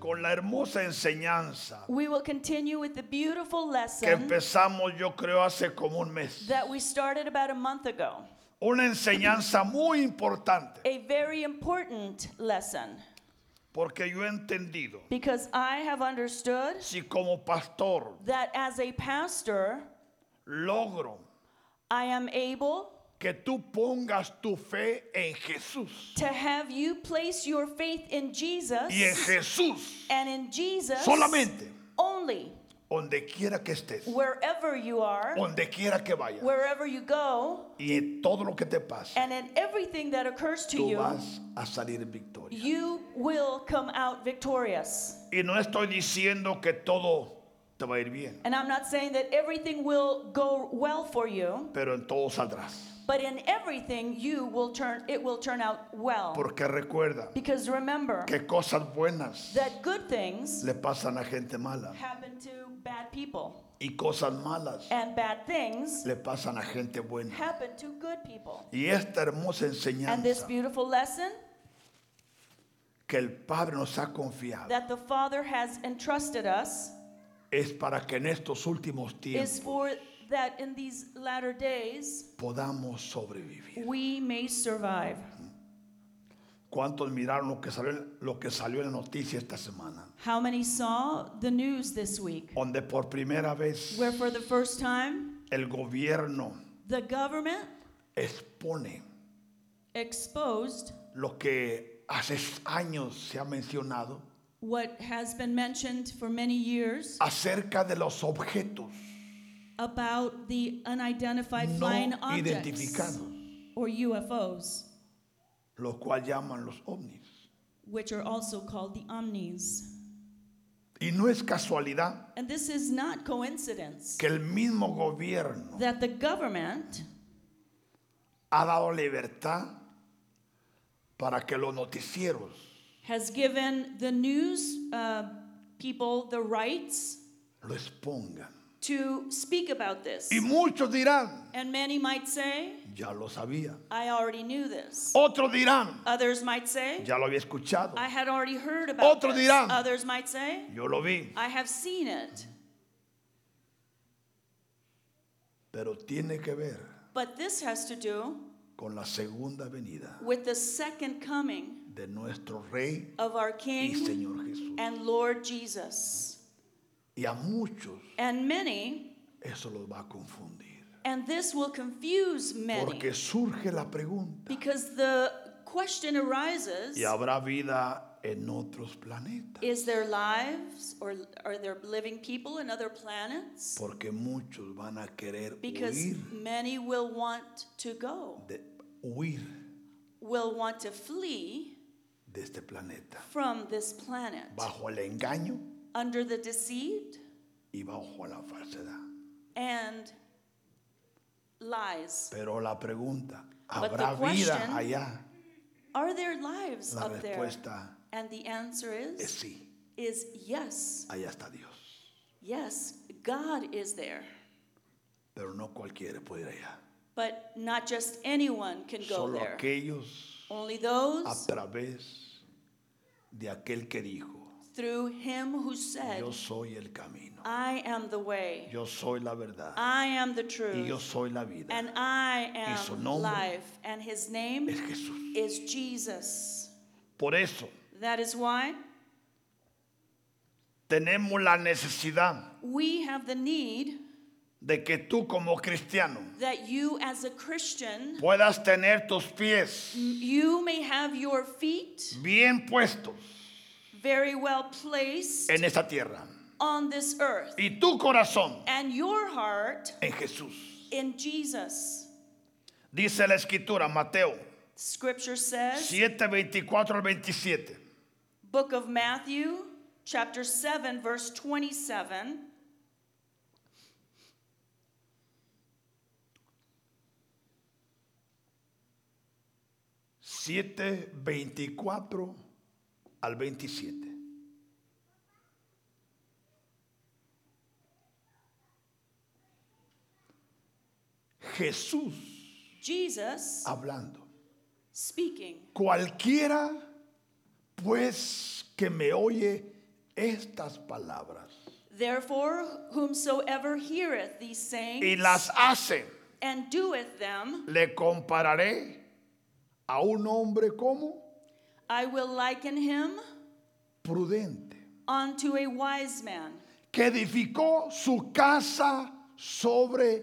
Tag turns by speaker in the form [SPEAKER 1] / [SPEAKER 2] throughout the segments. [SPEAKER 1] con la hermosa enseñanza
[SPEAKER 2] We will continue with the beautiful
[SPEAKER 1] que
[SPEAKER 2] lesson
[SPEAKER 1] empezamos yo creo hace como un mes.
[SPEAKER 2] that we started about a month ago.
[SPEAKER 1] Una enseñanza muy importante
[SPEAKER 2] A very important lesson
[SPEAKER 1] porque yo he entendido,
[SPEAKER 2] because I have understood
[SPEAKER 1] si como pastor
[SPEAKER 2] that as a pastor,
[SPEAKER 1] logro
[SPEAKER 2] I am able
[SPEAKER 1] que tú pongas tu fe en Jesús
[SPEAKER 2] to have you place your faith in Jesus
[SPEAKER 1] y en Jesús
[SPEAKER 2] and in Jesus
[SPEAKER 1] solamente
[SPEAKER 2] only
[SPEAKER 1] donde quiera que estés,
[SPEAKER 2] wherever you are,
[SPEAKER 1] donde quiera que vayas
[SPEAKER 2] wherever you go,
[SPEAKER 1] y en todo lo que te pase,
[SPEAKER 2] and in everything that occurs to
[SPEAKER 1] tú
[SPEAKER 2] you,
[SPEAKER 1] vas a salir en victoria.
[SPEAKER 2] you will come out victorious.
[SPEAKER 1] Y no estoy diciendo que todo te va a ir bien,
[SPEAKER 2] And I'm not saying that everything will go well for you,
[SPEAKER 1] pero en todo saldrás.
[SPEAKER 2] but in everything you will turn it will turn out well.
[SPEAKER 1] Porque recuerda
[SPEAKER 2] Because remember
[SPEAKER 1] que cosas buenas
[SPEAKER 2] that good things
[SPEAKER 1] le pasan a gente mala
[SPEAKER 2] happen to bad people
[SPEAKER 1] y cosas malas
[SPEAKER 2] and bad things
[SPEAKER 1] le pasan a gente buena.
[SPEAKER 2] happen to good people.
[SPEAKER 1] Y esta hermosa
[SPEAKER 2] And this
[SPEAKER 1] enseñanza
[SPEAKER 2] beautiful lesson
[SPEAKER 1] que el Padre nos ha confiado
[SPEAKER 2] that the Father has entrusted us
[SPEAKER 1] es para que en estos últimos
[SPEAKER 2] is
[SPEAKER 1] tiempos
[SPEAKER 2] for that in these latter days
[SPEAKER 1] podamos sobrevivir.
[SPEAKER 2] we may survive.
[SPEAKER 1] ¿Cuántos miraron lo que salió, lo que salió en la noticia esta semana?
[SPEAKER 2] How many saw the news this week
[SPEAKER 1] Donde por primera vez
[SPEAKER 2] where for the first time
[SPEAKER 1] el gobierno
[SPEAKER 2] the government
[SPEAKER 1] expone
[SPEAKER 2] exposed
[SPEAKER 1] lo que hace años se ha mencionado
[SPEAKER 2] what has been mentioned for many years
[SPEAKER 1] acerca de los objetos
[SPEAKER 2] about the unidentified flying
[SPEAKER 1] no
[SPEAKER 2] objects
[SPEAKER 1] identificados,
[SPEAKER 2] or UFOs,
[SPEAKER 1] lo cual llaman los ovnis.
[SPEAKER 2] which are also called the omnis.
[SPEAKER 1] Y no es casualidad
[SPEAKER 2] And this is not coincidence
[SPEAKER 1] que el mismo gobierno
[SPEAKER 2] that the government
[SPEAKER 1] ha dado libertad para que los noticieros
[SPEAKER 2] has given the news uh, people the rights
[SPEAKER 1] lo expongan.
[SPEAKER 2] to speak about this.
[SPEAKER 1] Y muchos dirán,
[SPEAKER 2] And many might say,
[SPEAKER 1] ya lo sabía.
[SPEAKER 2] I already knew this.
[SPEAKER 1] Otros dirán,
[SPEAKER 2] Others might say,
[SPEAKER 1] ya lo había escuchado.
[SPEAKER 2] I had already heard about
[SPEAKER 1] Otros
[SPEAKER 2] this.
[SPEAKER 1] dirán.
[SPEAKER 2] Others might say,
[SPEAKER 1] Yo lo vi.
[SPEAKER 2] I have seen it.
[SPEAKER 1] Pero tiene que ver
[SPEAKER 2] But this has to do
[SPEAKER 1] con la segunda venida
[SPEAKER 2] with the second coming
[SPEAKER 1] de nuestro rey
[SPEAKER 2] of our
[SPEAKER 1] y
[SPEAKER 2] King
[SPEAKER 1] Señor Jesús.
[SPEAKER 2] and Lord Jesus.
[SPEAKER 1] Y a muchos
[SPEAKER 2] And many,
[SPEAKER 1] eso los va a confundir.
[SPEAKER 2] and this will confuse
[SPEAKER 1] Porque
[SPEAKER 2] many,
[SPEAKER 1] surge la pregunta.
[SPEAKER 2] because the question arises
[SPEAKER 1] ¿Y habrá vida en otros planetas?
[SPEAKER 2] Is there lives or are there living people in other planets?
[SPEAKER 1] Porque muchos van a querer
[SPEAKER 2] Because
[SPEAKER 1] huir,
[SPEAKER 2] many will want to go,
[SPEAKER 1] de, huir
[SPEAKER 2] will want to flee
[SPEAKER 1] de este planeta.
[SPEAKER 2] from this planet
[SPEAKER 1] Bajo el engaño
[SPEAKER 2] under the deceit
[SPEAKER 1] y bajo la falsedad.
[SPEAKER 2] and lies.
[SPEAKER 1] Pero la pregunta,
[SPEAKER 2] the
[SPEAKER 1] ¿habrá
[SPEAKER 2] question-
[SPEAKER 1] vida allá?
[SPEAKER 2] Are there lives
[SPEAKER 1] La
[SPEAKER 2] up there?
[SPEAKER 1] respuesta
[SPEAKER 2] And the answer
[SPEAKER 1] es
[SPEAKER 2] is
[SPEAKER 1] sí.
[SPEAKER 2] is yes.
[SPEAKER 1] Allá está Dios.
[SPEAKER 2] Yes, God is there.
[SPEAKER 1] Pero no cualquiera puede ir allá.
[SPEAKER 2] But not just anyone can go
[SPEAKER 1] Solo
[SPEAKER 2] there.
[SPEAKER 1] aquellos
[SPEAKER 2] Only
[SPEAKER 1] a
[SPEAKER 2] those
[SPEAKER 1] través de aquel que dijo,
[SPEAKER 2] through him who said,
[SPEAKER 1] yo soy el camino,
[SPEAKER 2] I am the way.
[SPEAKER 1] yo soy la verdad
[SPEAKER 2] I am the
[SPEAKER 1] y yo
[SPEAKER 2] truth,
[SPEAKER 1] soy la vida.
[SPEAKER 2] and I
[SPEAKER 1] su
[SPEAKER 2] am
[SPEAKER 1] nombre
[SPEAKER 2] life, and his name
[SPEAKER 1] Es Jesús.
[SPEAKER 2] is Jesus.
[SPEAKER 1] Por eso
[SPEAKER 2] That is why
[SPEAKER 1] tenemos la necesidad
[SPEAKER 2] we have the need
[SPEAKER 1] de que tú como cristiano
[SPEAKER 2] that you, as a Christian,
[SPEAKER 1] puedas tener tus pies
[SPEAKER 2] you may have your feet
[SPEAKER 1] bien puestos
[SPEAKER 2] very well placed
[SPEAKER 1] en esta tierra
[SPEAKER 2] on this earth,
[SPEAKER 1] y tu corazón
[SPEAKER 2] and your heart
[SPEAKER 1] en Jesús.
[SPEAKER 2] in Jesus.
[SPEAKER 1] Dice la escritura, Mateo
[SPEAKER 2] Scripture says,
[SPEAKER 1] 7, 24 al 27.
[SPEAKER 2] Book of Matthew, chapter 7, verse 27.
[SPEAKER 1] Siete, 24 al 27. Jesús
[SPEAKER 2] Jesus
[SPEAKER 1] hablando.
[SPEAKER 2] speaking.
[SPEAKER 1] Cualquiera, pues, que me oye estas palabras
[SPEAKER 2] Therefore, whomsoever heareth these
[SPEAKER 1] y
[SPEAKER 2] sayings
[SPEAKER 1] las hace,
[SPEAKER 2] and doeth them,
[SPEAKER 1] le compararé a un hombre como
[SPEAKER 2] I will liken him
[SPEAKER 1] prudente,
[SPEAKER 2] unto a wise man
[SPEAKER 1] que edificó su casa sobre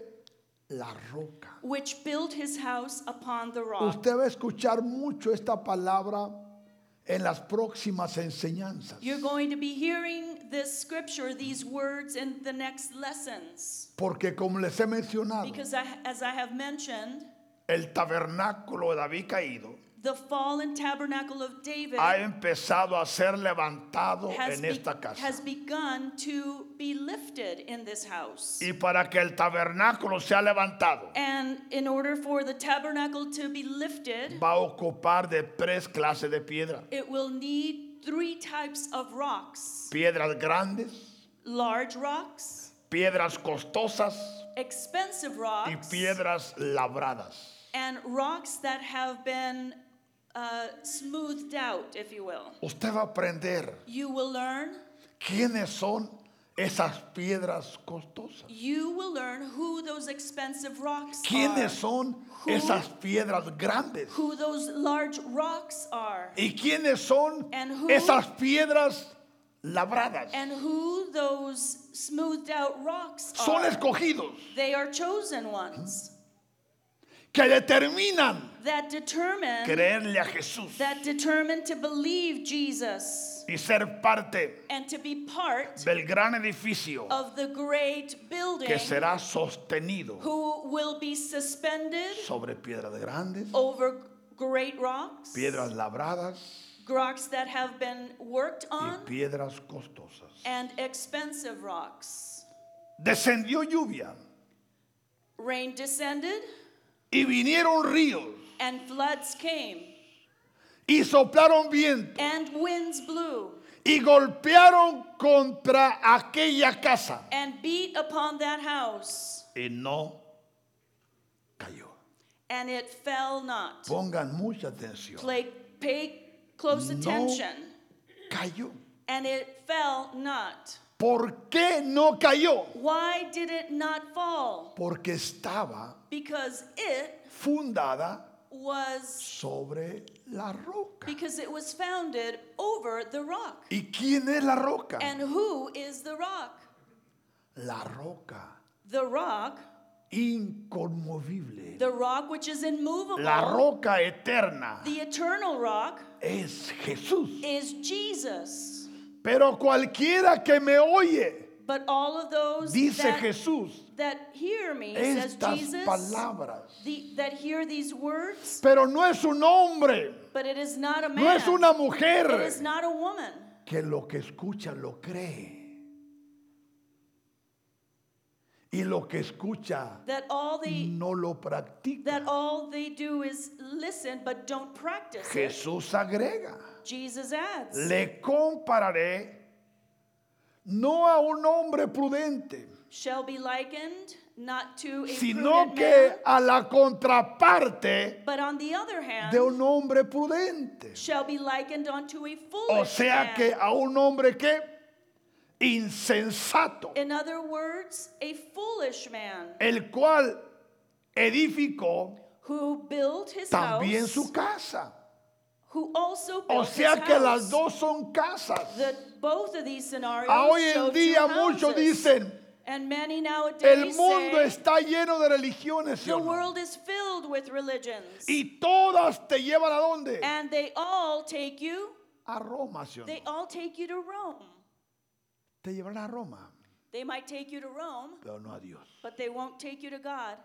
[SPEAKER 1] la roca.
[SPEAKER 2] which built his house upon the rock.
[SPEAKER 1] Usted va a escuchar mucho esta palabra en las próximas enseñanzas.
[SPEAKER 2] You're going to be hearing this scripture, these words, in the next lessons.
[SPEAKER 1] Porque como les he mencionado,
[SPEAKER 2] Because I, as I have mentioned,
[SPEAKER 1] el tabernáculo de David caído
[SPEAKER 2] the fallen tabernacle of David
[SPEAKER 1] ha empezado a ser levantado
[SPEAKER 2] has,
[SPEAKER 1] en
[SPEAKER 2] be-
[SPEAKER 1] esta casa.
[SPEAKER 2] has begun to be lifted in this house.
[SPEAKER 1] Y para que el tabernáculo sea levantado,
[SPEAKER 2] And in order for the tabernacle to be lifted,
[SPEAKER 1] va a ocupar de tres clases de piedra.
[SPEAKER 2] it will need three types of rocks
[SPEAKER 1] Piedras grandes,
[SPEAKER 2] large rocks,
[SPEAKER 1] piedras costosas
[SPEAKER 2] expensive
[SPEAKER 1] y
[SPEAKER 2] rocks,
[SPEAKER 1] piedras labradas.
[SPEAKER 2] and rocks that have been uh, smoothed out, if you will.
[SPEAKER 1] Usted va a aprender
[SPEAKER 2] You will learn.
[SPEAKER 1] quiénes son esas piedras costosas.
[SPEAKER 2] You will learn who those expensive rocks are.
[SPEAKER 1] ¿Quiénes son
[SPEAKER 2] Who-
[SPEAKER 1] esas piedras grandes?
[SPEAKER 2] who those large rocks are
[SPEAKER 1] ¿Y quiénes son
[SPEAKER 2] And who-
[SPEAKER 1] esas piedras labradas?
[SPEAKER 2] and who those smoothed out rocks
[SPEAKER 1] Son
[SPEAKER 2] are.
[SPEAKER 1] escogidos
[SPEAKER 2] They are chosen ones
[SPEAKER 1] que determinan
[SPEAKER 2] that determine
[SPEAKER 1] creerle a Jesús
[SPEAKER 2] that determine to believe Jesus
[SPEAKER 1] y ser parte
[SPEAKER 2] and to be part
[SPEAKER 1] del gran edificio
[SPEAKER 2] of the great building
[SPEAKER 1] que será sostenido
[SPEAKER 2] who will be suspended
[SPEAKER 1] sobre piedras grandes,
[SPEAKER 2] over great rocks
[SPEAKER 1] piedras labradas
[SPEAKER 2] rocks that have been worked on
[SPEAKER 1] y piedras costosas.
[SPEAKER 2] and expensive rocks
[SPEAKER 1] Descendió lluvia
[SPEAKER 2] rain descended
[SPEAKER 1] y vinieron ríos
[SPEAKER 2] and floods came
[SPEAKER 1] y soplaron vientos.
[SPEAKER 2] and winds blew
[SPEAKER 1] y golpearon contra aquella casa
[SPEAKER 2] and beat upon that house,
[SPEAKER 1] y no cayó.
[SPEAKER 2] and it fell not.
[SPEAKER 1] Pongan mucha atención.
[SPEAKER 2] Play, pay close
[SPEAKER 1] No.
[SPEAKER 2] attention,
[SPEAKER 1] Cayó.
[SPEAKER 2] and it fell not.
[SPEAKER 1] ¿Por qué no cayó?
[SPEAKER 2] Why did it not fall?
[SPEAKER 1] Porque estaba
[SPEAKER 2] Because it
[SPEAKER 1] fundada
[SPEAKER 2] was
[SPEAKER 1] sobre la roca.
[SPEAKER 2] because it was founded over the rock.
[SPEAKER 1] ¿Y quién es la roca?
[SPEAKER 2] And who is the rock?
[SPEAKER 1] La roca
[SPEAKER 2] The rock,
[SPEAKER 1] inconmovible.
[SPEAKER 2] the rock which is immovable,
[SPEAKER 1] La roca eterna
[SPEAKER 2] the eternal rock
[SPEAKER 1] es Jesús.
[SPEAKER 2] is Jesus.
[SPEAKER 1] Pero cualquiera que me oye,
[SPEAKER 2] But all of those
[SPEAKER 1] dice
[SPEAKER 2] that
[SPEAKER 1] Jesús,
[SPEAKER 2] that hear me, says
[SPEAKER 1] estas
[SPEAKER 2] Jesus,
[SPEAKER 1] palabras.
[SPEAKER 2] the- that hear these words,
[SPEAKER 1] Pero no es un hombre,
[SPEAKER 2] but it is not a man,
[SPEAKER 1] no es una
[SPEAKER 2] it
[SPEAKER 1] mujer
[SPEAKER 2] is not a woman,
[SPEAKER 1] que lo que escucha lo cree. Y lo que escucha
[SPEAKER 2] that all they,
[SPEAKER 1] no lo
[SPEAKER 2] that
[SPEAKER 1] practica.
[SPEAKER 2] all they do is listen but don't practice it.
[SPEAKER 1] Jesús agrega,
[SPEAKER 2] Jesus adds,
[SPEAKER 1] le compararé no a un hombre prudente,
[SPEAKER 2] shall be likened not to a
[SPEAKER 1] sino
[SPEAKER 2] prudent
[SPEAKER 1] que
[SPEAKER 2] man,
[SPEAKER 1] a la contraparte
[SPEAKER 2] but on the other hand,
[SPEAKER 1] de un hombre prudente.
[SPEAKER 2] shall be likened unto a
[SPEAKER 1] O
[SPEAKER 2] foolish
[SPEAKER 1] sea
[SPEAKER 2] man.
[SPEAKER 1] que a un hombre que insensato.
[SPEAKER 2] In other words, a foolish man
[SPEAKER 1] el cual edificó
[SPEAKER 2] who built his
[SPEAKER 1] también
[SPEAKER 2] house,
[SPEAKER 1] su casa.
[SPEAKER 2] who also built
[SPEAKER 1] O sea
[SPEAKER 2] his
[SPEAKER 1] que
[SPEAKER 2] house.
[SPEAKER 1] las dos son casas.
[SPEAKER 2] The, both of these scenarios
[SPEAKER 1] A hoy
[SPEAKER 2] show
[SPEAKER 1] en
[SPEAKER 2] two
[SPEAKER 1] día muchos
[SPEAKER 2] houses.
[SPEAKER 1] dicen,
[SPEAKER 2] and many
[SPEAKER 1] el
[SPEAKER 2] nowadays
[SPEAKER 1] mundo
[SPEAKER 2] say,
[SPEAKER 1] está lleno de religiones. ¿sí
[SPEAKER 2] the
[SPEAKER 1] o no?
[SPEAKER 2] world is filled with religions,
[SPEAKER 1] Y todas te llevan a dónde?
[SPEAKER 2] and they all take you,
[SPEAKER 1] A Roma. ¿sí o no?
[SPEAKER 2] they all take you to Rome.
[SPEAKER 1] Te llevan a Roma,
[SPEAKER 2] They might take you to Rome,
[SPEAKER 1] pero no a Dios.
[SPEAKER 2] but they won't take you to God,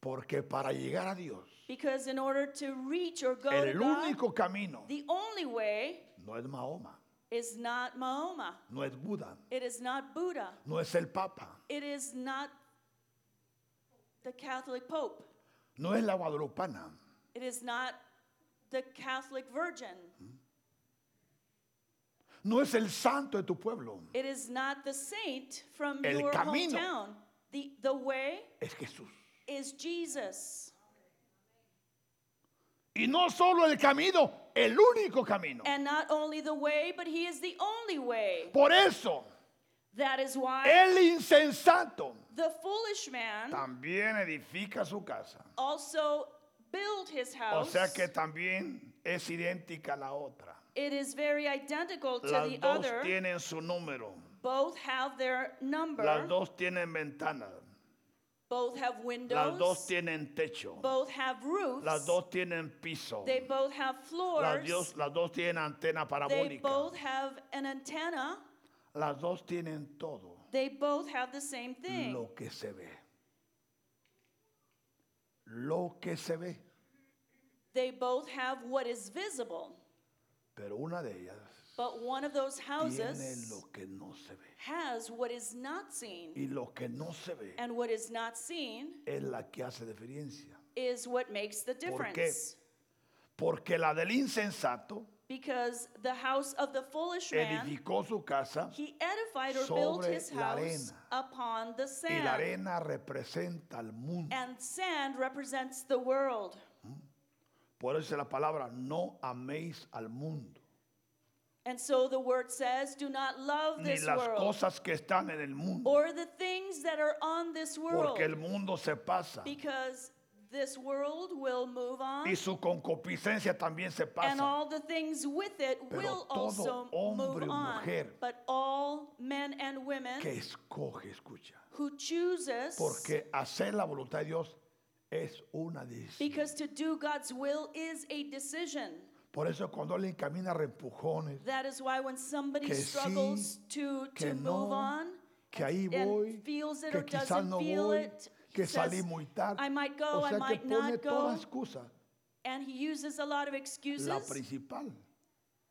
[SPEAKER 1] Porque para llegar a Dios,
[SPEAKER 2] because in order to reach or go to
[SPEAKER 1] el
[SPEAKER 2] God,
[SPEAKER 1] único camino
[SPEAKER 2] the only way
[SPEAKER 1] no es Mahoma,
[SPEAKER 2] is not Mahoma,
[SPEAKER 1] no es Buda,
[SPEAKER 2] it is not Buddha,
[SPEAKER 1] no es el Papa,
[SPEAKER 2] it is not the Catholic Pope,
[SPEAKER 1] no es la Guadalupana,
[SPEAKER 2] it is not the Catholic Virgin.
[SPEAKER 1] Mm-hmm. no es el santo de tu pueblo,
[SPEAKER 2] It is not the saint from
[SPEAKER 1] El
[SPEAKER 2] your
[SPEAKER 1] camino.
[SPEAKER 2] hometown. The, the way
[SPEAKER 1] es Jesús.
[SPEAKER 2] is Jesus.
[SPEAKER 1] Y no solo el camino, el único camino.
[SPEAKER 2] And not only the way, but he is the only way.
[SPEAKER 1] Por eso,
[SPEAKER 2] That is why
[SPEAKER 1] el insensato
[SPEAKER 2] the foolish man
[SPEAKER 1] también edifica su casa.
[SPEAKER 2] also build his
[SPEAKER 1] O
[SPEAKER 2] house.
[SPEAKER 1] sea que también es idéntica a la otra.
[SPEAKER 2] It is very identical to
[SPEAKER 1] Las
[SPEAKER 2] the
[SPEAKER 1] dos
[SPEAKER 2] other.
[SPEAKER 1] tienen su número.
[SPEAKER 2] Both have their
[SPEAKER 1] Las
[SPEAKER 2] number.
[SPEAKER 1] dos tienen ventanas.
[SPEAKER 2] Both have
[SPEAKER 1] Las dos
[SPEAKER 2] windows.
[SPEAKER 1] tienen techo.
[SPEAKER 2] Both have
[SPEAKER 1] Las
[SPEAKER 2] roofs.
[SPEAKER 1] dos tienen piso.
[SPEAKER 2] They both have
[SPEAKER 1] Las,
[SPEAKER 2] floors.
[SPEAKER 1] dios- las dos tienen antena
[SPEAKER 2] They
[SPEAKER 1] parabólica.
[SPEAKER 2] both have an antenna.
[SPEAKER 1] Las dos tienen todo
[SPEAKER 2] They both have the same thing.
[SPEAKER 1] lo que se ve. Lo que se ve.
[SPEAKER 2] They both have what is visible.
[SPEAKER 1] Pero una de ellas
[SPEAKER 2] But one of those
[SPEAKER 1] tiene
[SPEAKER 2] houses
[SPEAKER 1] lo que no se ve.
[SPEAKER 2] has what is not seen.
[SPEAKER 1] Y lo que no se ve
[SPEAKER 2] And what is not seen
[SPEAKER 1] es la que hace diferencia.
[SPEAKER 2] is what makes the
[SPEAKER 1] qué?
[SPEAKER 2] difference.
[SPEAKER 1] Porque la del insensato
[SPEAKER 2] Because the house of the foolish man,
[SPEAKER 1] edificó su casa
[SPEAKER 2] he edified or built
[SPEAKER 1] sobre
[SPEAKER 2] his
[SPEAKER 1] la
[SPEAKER 2] house
[SPEAKER 1] arena.
[SPEAKER 2] upon the
[SPEAKER 1] y la
[SPEAKER 2] sand.
[SPEAKER 1] arena representa al mundo.
[SPEAKER 2] And sand represents the world.
[SPEAKER 1] Por eso es la palabra, no améis al mundo,
[SPEAKER 2] And so the word says, do not love
[SPEAKER 1] ni
[SPEAKER 2] this
[SPEAKER 1] las
[SPEAKER 2] world
[SPEAKER 1] cosas que están en el mundo,
[SPEAKER 2] or the things that are on this world.
[SPEAKER 1] porque el mundo se pasa
[SPEAKER 2] Because this world will move on
[SPEAKER 1] y su concupiscencia también se
[SPEAKER 2] and
[SPEAKER 1] pasa.
[SPEAKER 2] all the things with it
[SPEAKER 1] Pero
[SPEAKER 2] will
[SPEAKER 1] todo
[SPEAKER 2] also
[SPEAKER 1] hombre y
[SPEAKER 2] move on.
[SPEAKER 1] mujer
[SPEAKER 2] But all men and
[SPEAKER 1] Que
[SPEAKER 2] women
[SPEAKER 1] escoge, escucha,
[SPEAKER 2] who chooses
[SPEAKER 1] porque hacer la voluntad de Dios es una decisión.
[SPEAKER 2] Because to do God's will is a decision.
[SPEAKER 1] Por eso cuando le encamina rempujones,
[SPEAKER 2] That is why when somebody
[SPEAKER 1] Que sí,
[SPEAKER 2] struggles to,
[SPEAKER 1] que
[SPEAKER 2] to
[SPEAKER 1] no,
[SPEAKER 2] move on,
[SPEAKER 1] que
[SPEAKER 2] and-
[SPEAKER 1] ahí
[SPEAKER 2] and
[SPEAKER 1] voy,
[SPEAKER 2] feels it
[SPEAKER 1] que
[SPEAKER 2] or
[SPEAKER 1] quizás
[SPEAKER 2] doesn't
[SPEAKER 1] no
[SPEAKER 2] feel
[SPEAKER 1] voy,
[SPEAKER 2] it, he
[SPEAKER 1] que
[SPEAKER 2] says,
[SPEAKER 1] salí muy tarde.
[SPEAKER 2] I might go,
[SPEAKER 1] o
[SPEAKER 2] I
[SPEAKER 1] sea que
[SPEAKER 2] might
[SPEAKER 1] pone
[SPEAKER 2] not
[SPEAKER 1] toda
[SPEAKER 2] go,
[SPEAKER 1] excusa,
[SPEAKER 2] and he uses a lot of excuses.
[SPEAKER 1] la principal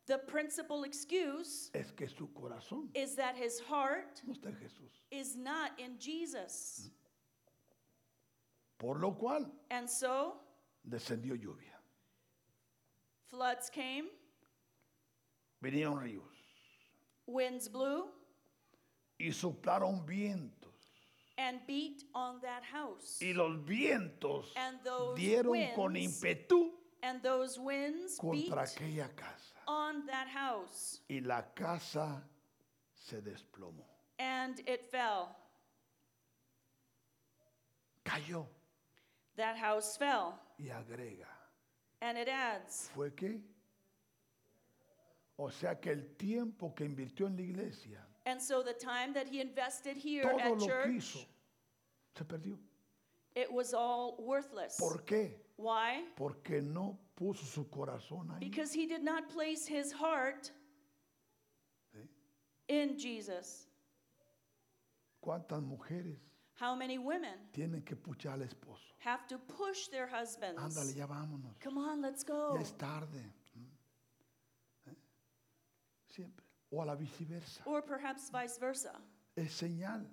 [SPEAKER 2] the principal excuse
[SPEAKER 1] es que su corazón
[SPEAKER 2] is that his heart
[SPEAKER 1] no está en Jesús.
[SPEAKER 2] is not in Jesus.
[SPEAKER 1] Por lo cual
[SPEAKER 2] And so
[SPEAKER 1] descendió lluvia,
[SPEAKER 2] floods came,
[SPEAKER 1] vinieron ríos
[SPEAKER 2] winds blew,
[SPEAKER 1] y soplaron vientos
[SPEAKER 2] and beat on that house.
[SPEAKER 1] y los vientos
[SPEAKER 2] And those
[SPEAKER 1] dieron con
[SPEAKER 2] winds
[SPEAKER 1] ímpetu
[SPEAKER 2] And those winds beat
[SPEAKER 1] contra aquella casa
[SPEAKER 2] on that house,
[SPEAKER 1] y la casa se desplomó,
[SPEAKER 2] and it fell.
[SPEAKER 1] cayó
[SPEAKER 2] That house fell.
[SPEAKER 1] y agrega.
[SPEAKER 2] And it adds
[SPEAKER 1] fue que, o sea que el tiempo que invirtió en la iglesia,
[SPEAKER 2] And so the time that he invested here
[SPEAKER 1] todo
[SPEAKER 2] at
[SPEAKER 1] lo que
[SPEAKER 2] church,
[SPEAKER 1] hizo, se perdió.
[SPEAKER 2] it was all worthless.
[SPEAKER 1] ¿Por qué?
[SPEAKER 2] Why?
[SPEAKER 1] Porque no puso su corazón ahí.
[SPEAKER 2] Because he did not place his heart
[SPEAKER 1] ¿sí?
[SPEAKER 2] in Jesus.
[SPEAKER 1] ¿Cuántas mujeres
[SPEAKER 2] How many women
[SPEAKER 1] tienen que puchar al esposo?
[SPEAKER 2] have to push their
[SPEAKER 1] Ándale,
[SPEAKER 2] husbands?
[SPEAKER 1] ya vámonos.
[SPEAKER 2] Come on, let's go.
[SPEAKER 1] Ya es tarde. ¿Mm? ¿Eh? Siempre. O a la viceversa.
[SPEAKER 2] Or perhaps vice versa.
[SPEAKER 1] Es señal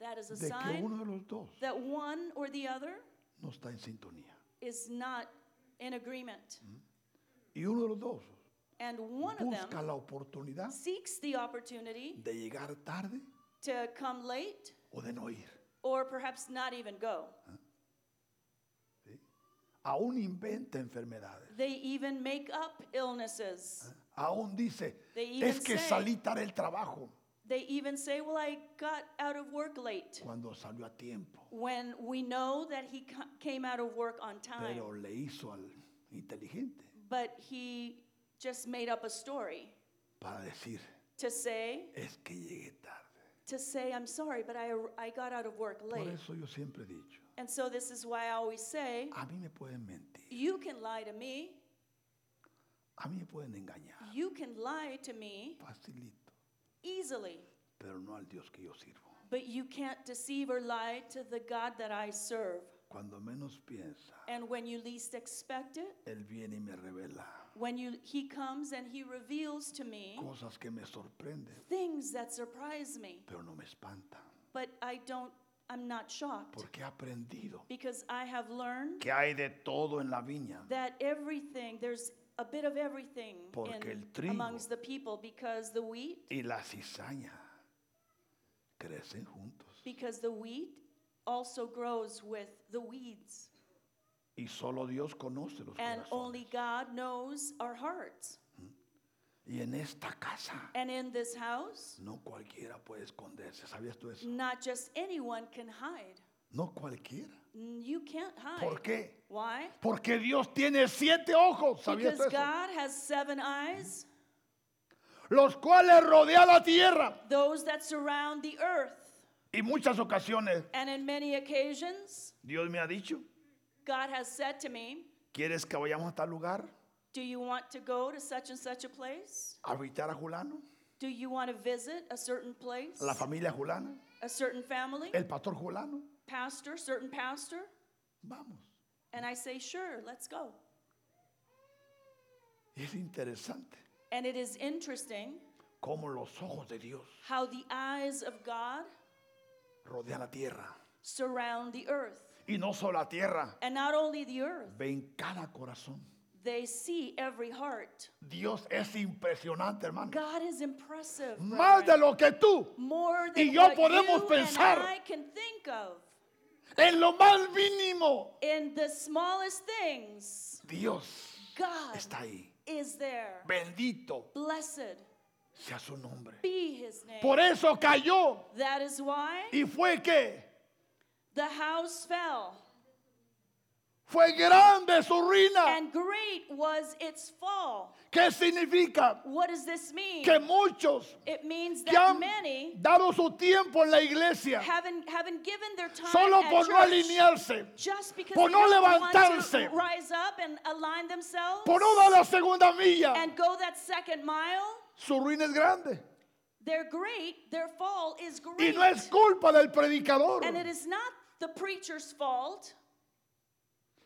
[SPEAKER 2] That is a
[SPEAKER 1] de que
[SPEAKER 2] sign
[SPEAKER 1] uno de los dos
[SPEAKER 2] that one or the other
[SPEAKER 1] no está en sintonía.
[SPEAKER 2] is not in agreement.
[SPEAKER 1] Mm-hmm. Y uno de los dos
[SPEAKER 2] And one of
[SPEAKER 1] busca
[SPEAKER 2] them
[SPEAKER 1] la oportunidad
[SPEAKER 2] seeks the opportunity
[SPEAKER 1] de llegar tarde
[SPEAKER 2] to come late
[SPEAKER 1] o de no ir.
[SPEAKER 2] or perhaps not even go.
[SPEAKER 1] Ah. Aún inventa enfermedades.
[SPEAKER 2] They even make up
[SPEAKER 1] Ah.
[SPEAKER 2] illnesses.
[SPEAKER 1] Aún dice,
[SPEAKER 2] They even
[SPEAKER 1] es que
[SPEAKER 2] say-
[SPEAKER 1] salí tarde del trabajo
[SPEAKER 2] They even say, Well, I got out of work late
[SPEAKER 1] cuando salió a tiempo.
[SPEAKER 2] when we know that he co- came out of work on time,
[SPEAKER 1] Pero le hizo al inteligente
[SPEAKER 2] but he just made up a story
[SPEAKER 1] para decir,
[SPEAKER 2] to say,
[SPEAKER 1] es que llegué tarde.
[SPEAKER 2] to say, I'm sorry, but I, ar- I got out of work
[SPEAKER 1] Por
[SPEAKER 2] late.
[SPEAKER 1] eso yo siempre he dicho,
[SPEAKER 2] And so this is why I always say,
[SPEAKER 1] a mí me pueden mentir,
[SPEAKER 2] You can lie to me,
[SPEAKER 1] a mí me pueden engañar,
[SPEAKER 2] you can lie to me
[SPEAKER 1] facilito,
[SPEAKER 2] easily.
[SPEAKER 1] pero no al Dios que yo sirvo.
[SPEAKER 2] But you can't deceive or lie to the God that I serve.
[SPEAKER 1] Cuando menos piensa,
[SPEAKER 2] And when you least expect it,
[SPEAKER 1] Él viene y me revela
[SPEAKER 2] when you he comes and he reveals to me
[SPEAKER 1] cosas que me sorprenden,
[SPEAKER 2] things that surprise me,
[SPEAKER 1] pero no me espantan,
[SPEAKER 2] but I don't I'm not shocked
[SPEAKER 1] porque he aprendido
[SPEAKER 2] because I have learned
[SPEAKER 1] que hay de todo en la viña.
[SPEAKER 2] that everything there's a bit of everything
[SPEAKER 1] Porque el
[SPEAKER 2] in,
[SPEAKER 1] trigo-
[SPEAKER 2] amongst the people because the wheat
[SPEAKER 1] y la cizaña crecen juntos.
[SPEAKER 2] because the wheat also grows with the weeds.
[SPEAKER 1] Y solo Dios conoce los
[SPEAKER 2] And
[SPEAKER 1] corazones.
[SPEAKER 2] only God knows our hearts.
[SPEAKER 1] Y en esta casa
[SPEAKER 2] And in this house,
[SPEAKER 1] no cualquiera puede esconderse. ¿Sabías tú eso?
[SPEAKER 2] not just anyone can hide.
[SPEAKER 1] No cualquiera.
[SPEAKER 2] N- You can't hide.
[SPEAKER 1] ¿Por qué?
[SPEAKER 2] Why?
[SPEAKER 1] Porque Dios tiene siete ojos. ¿Sabías
[SPEAKER 2] Because
[SPEAKER 1] tú eso?
[SPEAKER 2] God has seven eyes,
[SPEAKER 1] Los cuales rodea la tierra.
[SPEAKER 2] those that surround the earth.
[SPEAKER 1] Y muchas ocasiones
[SPEAKER 2] And in many occasions,
[SPEAKER 1] Dios me ha dicho,
[SPEAKER 2] God has said to me,
[SPEAKER 1] ¿quieres que vayamos a tal lugar?
[SPEAKER 2] Do you want to go to such and such a place?
[SPEAKER 1] ¿A visitar a Julano?
[SPEAKER 2] Do you want to visit a certain place?
[SPEAKER 1] ¿A la familia Julana?
[SPEAKER 2] A certain family?
[SPEAKER 1] ¿El pastor Julano?
[SPEAKER 2] Pastor, certain pastor?
[SPEAKER 1] Vamos.
[SPEAKER 2] And I say, Sure, let's go.
[SPEAKER 1] Es interesante
[SPEAKER 2] And it is interesting
[SPEAKER 1] cómo los ojos de Dios
[SPEAKER 2] how the eyes of God
[SPEAKER 1] rodean la tierra.
[SPEAKER 2] surround the earth.
[SPEAKER 1] Y no solo la tierra,
[SPEAKER 2] And not only the earth,
[SPEAKER 1] ven cada corazón.
[SPEAKER 2] they see every heart.
[SPEAKER 1] Dios es impresionante, hermano.
[SPEAKER 2] God is impressive.
[SPEAKER 1] Más de
[SPEAKER 2] brethren.
[SPEAKER 1] lo que tú,
[SPEAKER 2] More
[SPEAKER 1] y
[SPEAKER 2] than
[SPEAKER 1] yo
[SPEAKER 2] what
[SPEAKER 1] podemos
[SPEAKER 2] you
[SPEAKER 1] pensar.
[SPEAKER 2] and I can think of.
[SPEAKER 1] en lo más mínimo,
[SPEAKER 2] In the smallest things,
[SPEAKER 1] Dios
[SPEAKER 2] God
[SPEAKER 1] está ahí.
[SPEAKER 2] is there.
[SPEAKER 1] Bendito
[SPEAKER 2] Blessed
[SPEAKER 1] sea su nombre.
[SPEAKER 2] be his name.
[SPEAKER 1] Por eso cayó
[SPEAKER 2] that is why
[SPEAKER 1] y fue que
[SPEAKER 2] the house fell,
[SPEAKER 1] fue grande su ruina.
[SPEAKER 2] and great was its fall.
[SPEAKER 1] ¿Qué significa?
[SPEAKER 2] What does this mean?
[SPEAKER 1] Que muchos
[SPEAKER 2] it means
[SPEAKER 1] que han
[SPEAKER 2] that many
[SPEAKER 1] dado su tiempo en la iglesia
[SPEAKER 2] haven't, haven't given their time
[SPEAKER 1] solo
[SPEAKER 2] at
[SPEAKER 1] por no
[SPEAKER 2] church
[SPEAKER 1] alinearse,
[SPEAKER 2] just because
[SPEAKER 1] por
[SPEAKER 2] they
[SPEAKER 1] no
[SPEAKER 2] don't want
[SPEAKER 1] levantarse,
[SPEAKER 2] to rise up and align themselves
[SPEAKER 1] por no dar la segunda milla.
[SPEAKER 2] and go that second mile.
[SPEAKER 1] Su ruina es grande.
[SPEAKER 2] They're great, their fall is
[SPEAKER 1] Y
[SPEAKER 2] great.
[SPEAKER 1] no es culpa del predicador,
[SPEAKER 2] and it is not the preacher's fault,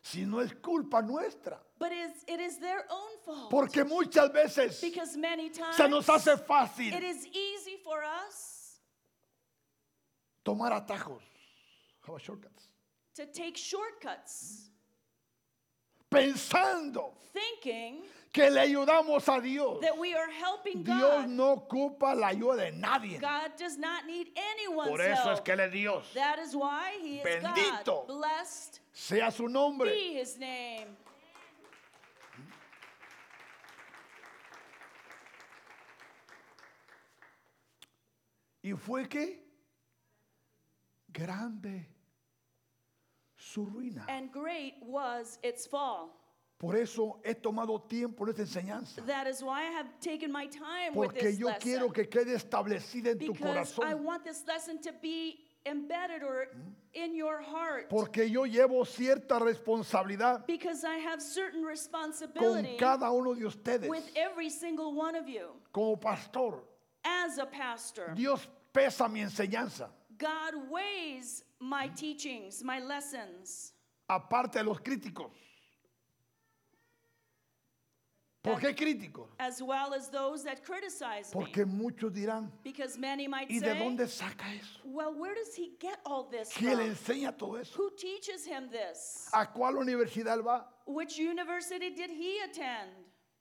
[SPEAKER 1] sino es culpa nuestra.
[SPEAKER 2] but is, it is their own fault.
[SPEAKER 1] Porque muchas veces
[SPEAKER 2] because many times
[SPEAKER 1] se nos hace
[SPEAKER 2] It
[SPEAKER 1] fácil
[SPEAKER 2] is easy for us
[SPEAKER 1] tomar atajos, how about shortcuts?
[SPEAKER 2] to take shortcuts,
[SPEAKER 1] pensando
[SPEAKER 2] thinking
[SPEAKER 1] que le ayudamos a Dios.
[SPEAKER 2] that we are helping
[SPEAKER 1] Dios
[SPEAKER 2] God.
[SPEAKER 1] no ocupa la ayuda de nadie.
[SPEAKER 2] God does not need anyone's
[SPEAKER 1] Por eso
[SPEAKER 2] help.
[SPEAKER 1] es que Él es Dios.
[SPEAKER 2] that is why He is
[SPEAKER 1] Bendito.
[SPEAKER 2] God. Blessed
[SPEAKER 1] Sea su nombre.
[SPEAKER 2] be His name.
[SPEAKER 1] Y fue que grande su ruina.
[SPEAKER 2] And great was its fall.
[SPEAKER 1] Por eso he tomado tiempo en esta enseñanza.
[SPEAKER 2] That is why I have taken my time with
[SPEAKER 1] Porque
[SPEAKER 2] this
[SPEAKER 1] yo
[SPEAKER 2] lesson.
[SPEAKER 1] quiero que quede establecida en tu
[SPEAKER 2] because I
[SPEAKER 1] corazón.
[SPEAKER 2] want this lesson to be embedded or
[SPEAKER 1] Mm-hmm.
[SPEAKER 2] in your heart.
[SPEAKER 1] Porque yo llevo cierta responsabilidad
[SPEAKER 2] because I have certain
[SPEAKER 1] con
[SPEAKER 2] responsibility
[SPEAKER 1] cada uno de ustedes.
[SPEAKER 2] with every single one of you.
[SPEAKER 1] Como pastor,
[SPEAKER 2] As a pastor,
[SPEAKER 1] Dios pesa mi enseñanza.
[SPEAKER 2] God weighs my teachings, my lessons.
[SPEAKER 1] aparte de los críticos. ¿Por qué críticos?
[SPEAKER 2] As well as those that criticize me.
[SPEAKER 1] Porque muchos dirán,
[SPEAKER 2] Because many might
[SPEAKER 1] ¿y de
[SPEAKER 2] say,
[SPEAKER 1] dónde saca eso?
[SPEAKER 2] well, where does he get all this
[SPEAKER 1] ¿Quién le
[SPEAKER 2] from?
[SPEAKER 1] enseña todo eso?
[SPEAKER 2] Who teaches him this?
[SPEAKER 1] ¿A cuál universidad él va?
[SPEAKER 2] Which university did he attend?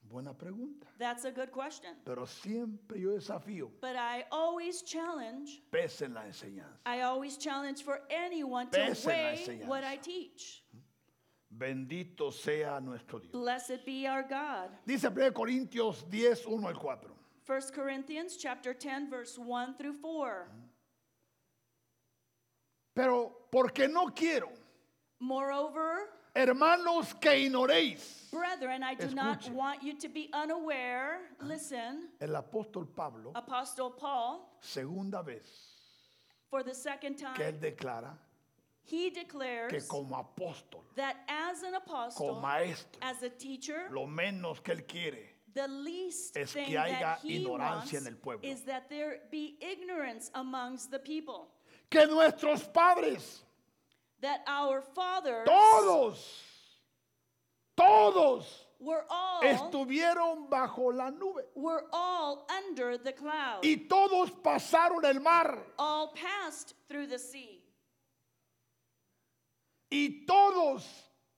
[SPEAKER 1] Buena pregunta.
[SPEAKER 2] That's a good question.
[SPEAKER 1] Pero siempre yo desafío,
[SPEAKER 2] But I always challenge,
[SPEAKER 1] pesen la enseñanza.
[SPEAKER 2] I always challenge for anyone to
[SPEAKER 1] Pese la
[SPEAKER 2] weigh what
[SPEAKER 1] enseñanza.
[SPEAKER 2] I teach.
[SPEAKER 1] Bendito sea nuestro Dios.
[SPEAKER 2] Blessed be our God.
[SPEAKER 1] Dice 1 Corintios 10, 1 al 4.
[SPEAKER 2] 1 Corinthians chapter 10 verse 1 through 4.
[SPEAKER 1] Pero porque no quiero,
[SPEAKER 2] Moreover,
[SPEAKER 1] hermanos, que ignoréis.
[SPEAKER 2] brethren, I do not
[SPEAKER 1] Escuche.
[SPEAKER 2] want you to be unaware. Listen,
[SPEAKER 1] El apóstol Pablo,
[SPEAKER 2] Apostle Paul,
[SPEAKER 1] segunda vez
[SPEAKER 2] for the second
[SPEAKER 1] que
[SPEAKER 2] time,
[SPEAKER 1] él declara
[SPEAKER 2] he
[SPEAKER 1] que
[SPEAKER 2] declares
[SPEAKER 1] como apóstol
[SPEAKER 2] that as an
[SPEAKER 1] como
[SPEAKER 2] apostle,
[SPEAKER 1] maestro,
[SPEAKER 2] as a teacher,
[SPEAKER 1] lo menos que él quiere
[SPEAKER 2] the least
[SPEAKER 1] es
[SPEAKER 2] thing
[SPEAKER 1] que haya
[SPEAKER 2] that he
[SPEAKER 1] ignorancia
[SPEAKER 2] wants
[SPEAKER 1] en el pueblo.
[SPEAKER 2] is that there be ignorance amongst the people,
[SPEAKER 1] que nuestros padres,
[SPEAKER 2] that our fathers
[SPEAKER 1] todos, todos
[SPEAKER 2] were all
[SPEAKER 1] estuvieron bajo la nube
[SPEAKER 2] were all under the cloud,
[SPEAKER 1] y todos pasaron el mar
[SPEAKER 2] all passed through the sea.
[SPEAKER 1] y todos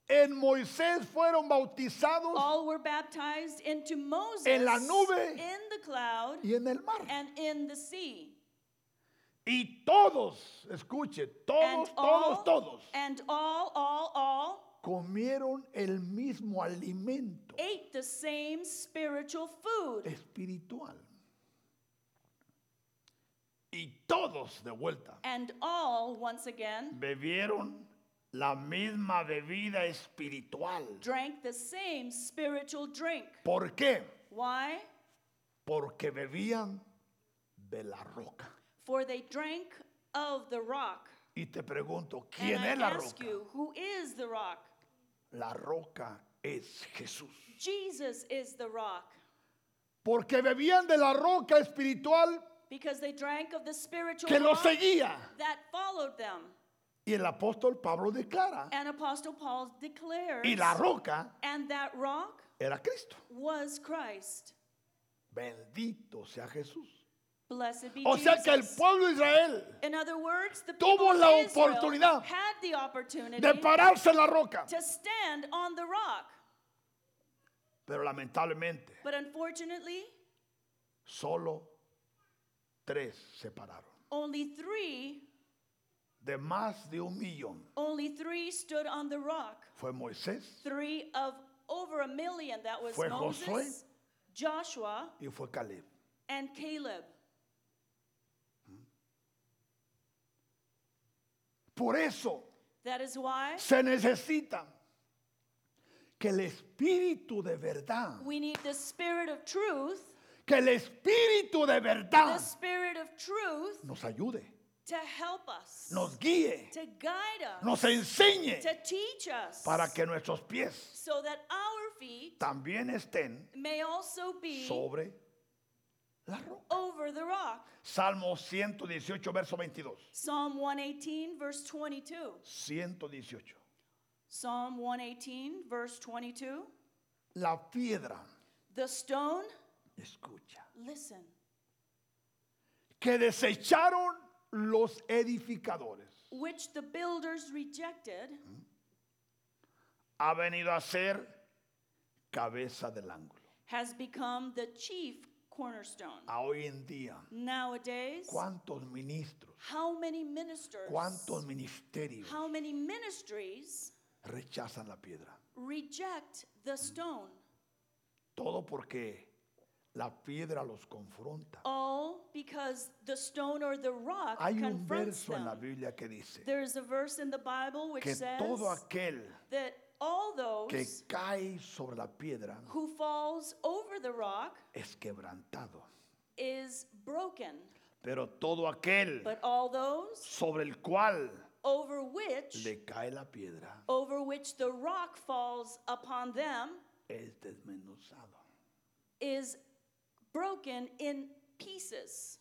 [SPEAKER 1] en Moisés fueron bautizados
[SPEAKER 2] all were baptized into Moses
[SPEAKER 1] En la nube.
[SPEAKER 2] in the cloud
[SPEAKER 1] y en el mar.
[SPEAKER 2] and in the sea.
[SPEAKER 1] Y todos, escuche,
[SPEAKER 2] And
[SPEAKER 1] todos, todos,
[SPEAKER 2] all,
[SPEAKER 1] todos,
[SPEAKER 2] and all, all, all
[SPEAKER 1] comieron el mismo alimento
[SPEAKER 2] ate the same spiritual food.
[SPEAKER 1] espiritual. Y todos de vuelta
[SPEAKER 2] And all, once again,
[SPEAKER 1] bebieron la misma bebida espiritual.
[SPEAKER 2] drank the same spiritual drink.
[SPEAKER 1] ¿Por qué?
[SPEAKER 2] Why?
[SPEAKER 1] Porque bebían de la roca.
[SPEAKER 2] For they drank of the rock.
[SPEAKER 1] Y te pregunto, ¿quién
[SPEAKER 2] And I
[SPEAKER 1] es la
[SPEAKER 2] ask
[SPEAKER 1] roca?
[SPEAKER 2] you, who is the rock?
[SPEAKER 1] La roca es Jesús.
[SPEAKER 2] Jesus is the rock.
[SPEAKER 1] Porque bebían de la roca espiritual
[SPEAKER 2] Because they drank of the spiritual
[SPEAKER 1] que los
[SPEAKER 2] rock
[SPEAKER 1] seguía.
[SPEAKER 2] that followed them.
[SPEAKER 1] Y el apóstol Pablo declara,
[SPEAKER 2] And Apostle Paul declares,
[SPEAKER 1] y la roca
[SPEAKER 2] and that rock
[SPEAKER 1] era Cristo.
[SPEAKER 2] was Christ.
[SPEAKER 1] Bendito sea Jesús.
[SPEAKER 2] Blessed be
[SPEAKER 1] O sea
[SPEAKER 2] Jesus.
[SPEAKER 1] que el pueblo de Israel
[SPEAKER 2] In other words, the
[SPEAKER 1] Tuvo
[SPEAKER 2] people of
[SPEAKER 1] la
[SPEAKER 2] Israel
[SPEAKER 1] oportunidad
[SPEAKER 2] had the opportunity
[SPEAKER 1] de pararse en la roca.
[SPEAKER 2] to stand on the rock.
[SPEAKER 1] Pero lamentablemente
[SPEAKER 2] But unfortunately,
[SPEAKER 1] solo tres se pararon.
[SPEAKER 2] only three,
[SPEAKER 1] De más de un millón
[SPEAKER 2] only three stood on the rock.
[SPEAKER 1] fue Moisés
[SPEAKER 2] Three of over a million, that was
[SPEAKER 1] Fue
[SPEAKER 2] Moses,
[SPEAKER 1] Josué.
[SPEAKER 2] Joshua,
[SPEAKER 1] y fue Caleb.
[SPEAKER 2] and Caleb.
[SPEAKER 1] Por eso
[SPEAKER 2] That is why
[SPEAKER 1] se necesita que el espíritu de verdad,
[SPEAKER 2] we need the spirit of truth,
[SPEAKER 1] que el espíritu de
[SPEAKER 2] the
[SPEAKER 1] verdad
[SPEAKER 2] spirit of truth
[SPEAKER 1] nos ayude,
[SPEAKER 2] to help us,
[SPEAKER 1] nos guíe,
[SPEAKER 2] to guide us,
[SPEAKER 1] nos enseñe
[SPEAKER 2] to teach us,
[SPEAKER 1] para que nuestros pies
[SPEAKER 2] so that our feet
[SPEAKER 1] también estén
[SPEAKER 2] may also be
[SPEAKER 1] sobre la roca.
[SPEAKER 2] over the rock.
[SPEAKER 1] Salmo 118, verso 22.
[SPEAKER 2] Psalm 118, verse 22.
[SPEAKER 1] 118.
[SPEAKER 2] Psalm 118, verse 22.
[SPEAKER 1] La piedra,
[SPEAKER 2] The stone,
[SPEAKER 1] escucha,
[SPEAKER 2] listen,
[SPEAKER 1] que desecharon los edificadores,
[SPEAKER 2] which the builders rejected,
[SPEAKER 1] Hmm? ha venido a ser cabeza del ángulo.
[SPEAKER 2] has become the chief cornerstone.
[SPEAKER 1] A hoy en día,
[SPEAKER 2] Nowadays,
[SPEAKER 1] ¿cuántos ministros,
[SPEAKER 2] how many ministers,
[SPEAKER 1] cuántos ministerios
[SPEAKER 2] how many ministries
[SPEAKER 1] rechazan la piedra?
[SPEAKER 2] reject the stone?
[SPEAKER 1] Todo porque la piedra los confronta.
[SPEAKER 2] All because the stone or the rock
[SPEAKER 1] Hay un
[SPEAKER 2] confronts
[SPEAKER 1] verso en la
[SPEAKER 2] them.
[SPEAKER 1] Biblia que dice
[SPEAKER 2] There's a verse in the Bible which
[SPEAKER 1] que
[SPEAKER 2] says
[SPEAKER 1] todo aquel
[SPEAKER 2] that all
[SPEAKER 1] que
[SPEAKER 2] those
[SPEAKER 1] cae sobre la piedra
[SPEAKER 2] who falls over the rock
[SPEAKER 1] es quebrantado,
[SPEAKER 2] is broken,
[SPEAKER 1] pero todo aquel
[SPEAKER 2] but all those
[SPEAKER 1] sobre el cual
[SPEAKER 2] over which
[SPEAKER 1] le cae la piedra
[SPEAKER 2] over which the rock falls upon them
[SPEAKER 1] es desmenuzado.
[SPEAKER 2] is broken in pieces.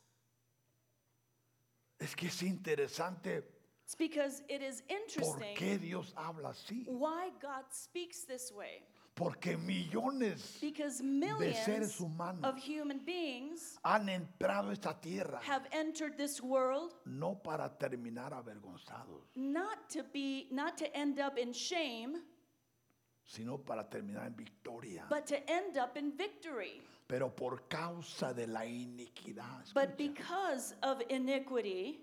[SPEAKER 1] Es que es interesante
[SPEAKER 2] It's because it is
[SPEAKER 1] por
[SPEAKER 2] interesting
[SPEAKER 1] qué Dios habla así,
[SPEAKER 2] why God speaks this way.
[SPEAKER 1] porque millones
[SPEAKER 2] Because
[SPEAKER 1] seres
[SPEAKER 2] millions
[SPEAKER 1] humanos
[SPEAKER 2] of human beings
[SPEAKER 1] han entrado a esta tierra
[SPEAKER 2] have entered this world
[SPEAKER 1] no para terminar avergonzados,
[SPEAKER 2] not to be not to end up in shame,
[SPEAKER 1] sino para terminar en victoria.
[SPEAKER 2] but to end up in victory.
[SPEAKER 1] Pero por causa de la iniquidad,
[SPEAKER 2] But
[SPEAKER 1] escucha,
[SPEAKER 2] because of iniquity,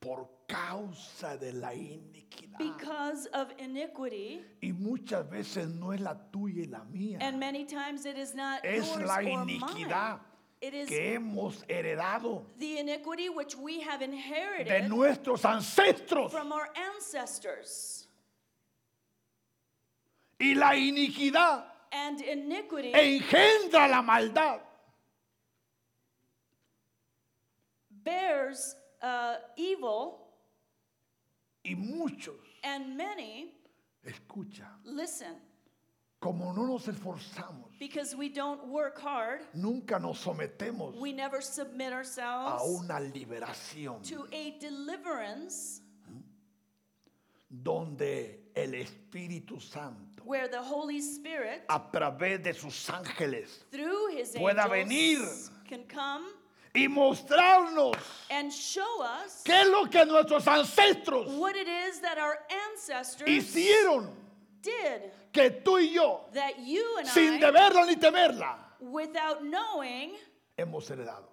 [SPEAKER 1] por causa de la iniquidad.
[SPEAKER 2] because of iniquity,
[SPEAKER 1] Y muchas veces no es la tuya y la mía,
[SPEAKER 2] and many times it is not
[SPEAKER 1] Es
[SPEAKER 2] yours
[SPEAKER 1] la
[SPEAKER 2] or
[SPEAKER 1] iniquidad
[SPEAKER 2] mine. It is
[SPEAKER 1] que hemos heredado
[SPEAKER 2] the iniquity which we have
[SPEAKER 1] de
[SPEAKER 2] inherited
[SPEAKER 1] nuestros ancestros.
[SPEAKER 2] from our ancestors.
[SPEAKER 1] Y la iniquidad
[SPEAKER 2] And iniquity
[SPEAKER 1] engendra la maldad.
[SPEAKER 2] bears uh, evil,
[SPEAKER 1] Y muchos,
[SPEAKER 2] and many,
[SPEAKER 1] escucha,
[SPEAKER 2] listen,
[SPEAKER 1] como no nos esforzamos,
[SPEAKER 2] because we don't work hard,
[SPEAKER 1] nunca nos sometemos
[SPEAKER 2] we never submit
[SPEAKER 1] a
[SPEAKER 2] ourselves
[SPEAKER 1] una liberación
[SPEAKER 2] to a deliverance
[SPEAKER 1] donde el Espíritu Santo,
[SPEAKER 2] where the Holy Spirit,
[SPEAKER 1] a través de sus ángeles,
[SPEAKER 2] through his
[SPEAKER 1] pueda
[SPEAKER 2] angels,
[SPEAKER 1] venir.
[SPEAKER 2] can come
[SPEAKER 1] y mostrarnos
[SPEAKER 2] and show us
[SPEAKER 1] qué es lo que nuestros ancestros
[SPEAKER 2] what it is that our ancestors
[SPEAKER 1] hicieron
[SPEAKER 2] did
[SPEAKER 1] que tú y yo,
[SPEAKER 2] that you and
[SPEAKER 1] sin
[SPEAKER 2] I,
[SPEAKER 1] deberla ni temerla,
[SPEAKER 2] without knowing,
[SPEAKER 1] hemos heredado.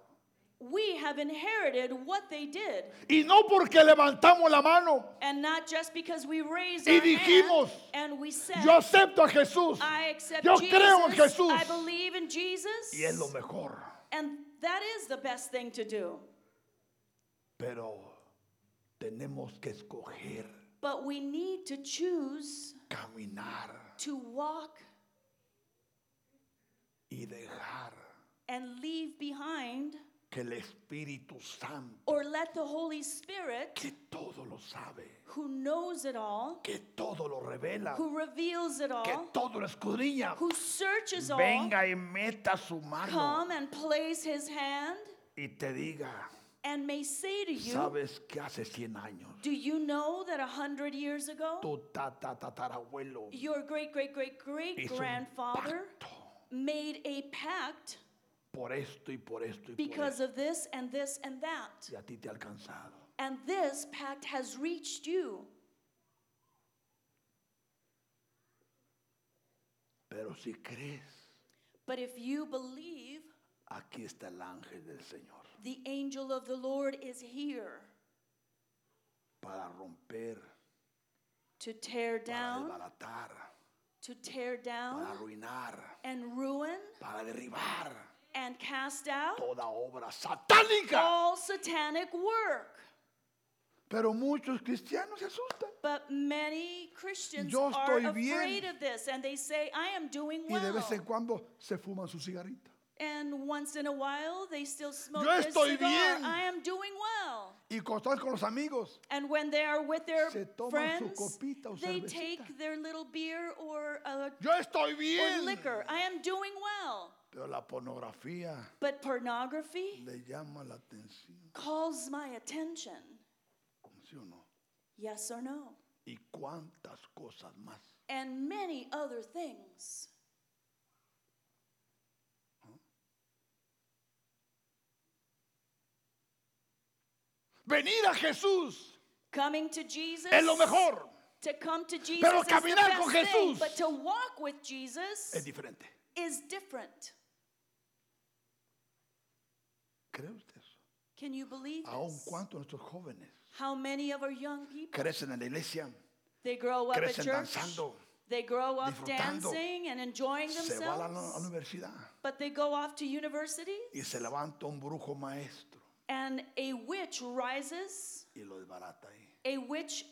[SPEAKER 2] we have inherited what they did.
[SPEAKER 1] Y no porque levantamos la mano,
[SPEAKER 2] And not just because we raised
[SPEAKER 1] Y
[SPEAKER 2] our
[SPEAKER 1] dijimos,
[SPEAKER 2] hand and we said,
[SPEAKER 1] yo acepto a Jesús
[SPEAKER 2] I accept
[SPEAKER 1] yo
[SPEAKER 2] Jesus,
[SPEAKER 1] creo en Jesús.
[SPEAKER 2] I believe in Jesus,
[SPEAKER 1] y es lo mejor.
[SPEAKER 2] and that is the best thing to do.
[SPEAKER 1] Pero tenemos que escoger
[SPEAKER 2] But we need to choose
[SPEAKER 1] caminar
[SPEAKER 2] to walk
[SPEAKER 1] y dejar
[SPEAKER 2] and leave behind
[SPEAKER 1] que el Espíritu Santo,
[SPEAKER 2] or let the Holy Spirit,
[SPEAKER 1] que todo lo sabe,
[SPEAKER 2] who knows it all,
[SPEAKER 1] que todo lo revela,
[SPEAKER 2] who reveals it
[SPEAKER 1] que
[SPEAKER 2] all,
[SPEAKER 1] todo lo escudriña,
[SPEAKER 2] who searches all,
[SPEAKER 1] venga y meta su mano
[SPEAKER 2] come and place his hand
[SPEAKER 1] y te diga,
[SPEAKER 2] and may say to you,
[SPEAKER 1] sabes que hace 100 años
[SPEAKER 2] Do you know that a hundred years ago,
[SPEAKER 1] tu tata tatarabuelo
[SPEAKER 2] your great great great great
[SPEAKER 1] hizo un
[SPEAKER 2] grandfather
[SPEAKER 1] pacto
[SPEAKER 2] made a pact
[SPEAKER 1] por esto y por esto y por
[SPEAKER 2] because
[SPEAKER 1] esto
[SPEAKER 2] of this and this and that?
[SPEAKER 1] y a ti te ha alcanzado.
[SPEAKER 2] And this pact has reached you.
[SPEAKER 1] Pero si crees,
[SPEAKER 2] But if you believe,
[SPEAKER 1] aquí está el ángel del Señor
[SPEAKER 2] the angel of the Lord is here
[SPEAKER 1] para romper,
[SPEAKER 2] to tear
[SPEAKER 1] para
[SPEAKER 2] down,
[SPEAKER 1] desbaratar,
[SPEAKER 2] to tear
[SPEAKER 1] para
[SPEAKER 2] down
[SPEAKER 1] arruinar,
[SPEAKER 2] and ruin
[SPEAKER 1] para derribar
[SPEAKER 2] and cast out
[SPEAKER 1] toda obra satánica.
[SPEAKER 2] all satanic work.
[SPEAKER 1] Pero muchos cristianos se asustan
[SPEAKER 2] But many Christians
[SPEAKER 1] Yo
[SPEAKER 2] are
[SPEAKER 1] estoy bien.
[SPEAKER 2] afraid of this and they say, I am doing
[SPEAKER 1] y de
[SPEAKER 2] well.
[SPEAKER 1] vez en cuando se fuman su cigarrito.
[SPEAKER 2] And once in a while, they still smoke
[SPEAKER 1] Yo
[SPEAKER 2] this
[SPEAKER 1] estoy
[SPEAKER 2] cigar.
[SPEAKER 1] bien.
[SPEAKER 2] I am doing well.
[SPEAKER 1] Y cuando están con los amigos,
[SPEAKER 2] And when they are with their
[SPEAKER 1] Se toman su
[SPEAKER 2] friends,
[SPEAKER 1] copita o
[SPEAKER 2] they
[SPEAKER 1] cervecita.
[SPEAKER 2] take their little beer or, uh,
[SPEAKER 1] yo estoy
[SPEAKER 2] or
[SPEAKER 1] bien.
[SPEAKER 2] liquor. I am doing well.
[SPEAKER 1] Pero la pornografía
[SPEAKER 2] But pornography
[SPEAKER 1] le llama la atención,
[SPEAKER 2] calls my attention.
[SPEAKER 1] ¿sí o no?
[SPEAKER 2] Yes or no?
[SPEAKER 1] Y cuántas cosas más.
[SPEAKER 2] And many other things.
[SPEAKER 1] Venir a Jesús
[SPEAKER 2] Coming to Jesus.
[SPEAKER 1] es lo mejor,
[SPEAKER 2] To come to Jesus
[SPEAKER 1] Pero
[SPEAKER 2] is the
[SPEAKER 1] caminar
[SPEAKER 2] best
[SPEAKER 1] con
[SPEAKER 2] thing,
[SPEAKER 1] Jesús
[SPEAKER 2] but to walk with Jesus
[SPEAKER 1] es diferente.
[SPEAKER 2] is different.
[SPEAKER 1] ¿Cree usted eso?
[SPEAKER 2] Can you believe
[SPEAKER 1] Aun
[SPEAKER 2] this?
[SPEAKER 1] cuanto nuestros jóvenes
[SPEAKER 2] How many of our young people
[SPEAKER 1] crecen en la iglesia,
[SPEAKER 2] they grow up at
[SPEAKER 1] crecen
[SPEAKER 2] church,
[SPEAKER 1] danzando,
[SPEAKER 2] they grow up
[SPEAKER 1] disfrutando,
[SPEAKER 2] dancing and enjoying
[SPEAKER 1] se van a la
[SPEAKER 2] themselves,
[SPEAKER 1] a la universidad
[SPEAKER 2] but they go off to university
[SPEAKER 1] y se levanta un brujo maestro
[SPEAKER 2] and a witch rises,
[SPEAKER 1] y lo desbarata ahí.
[SPEAKER 2] a witch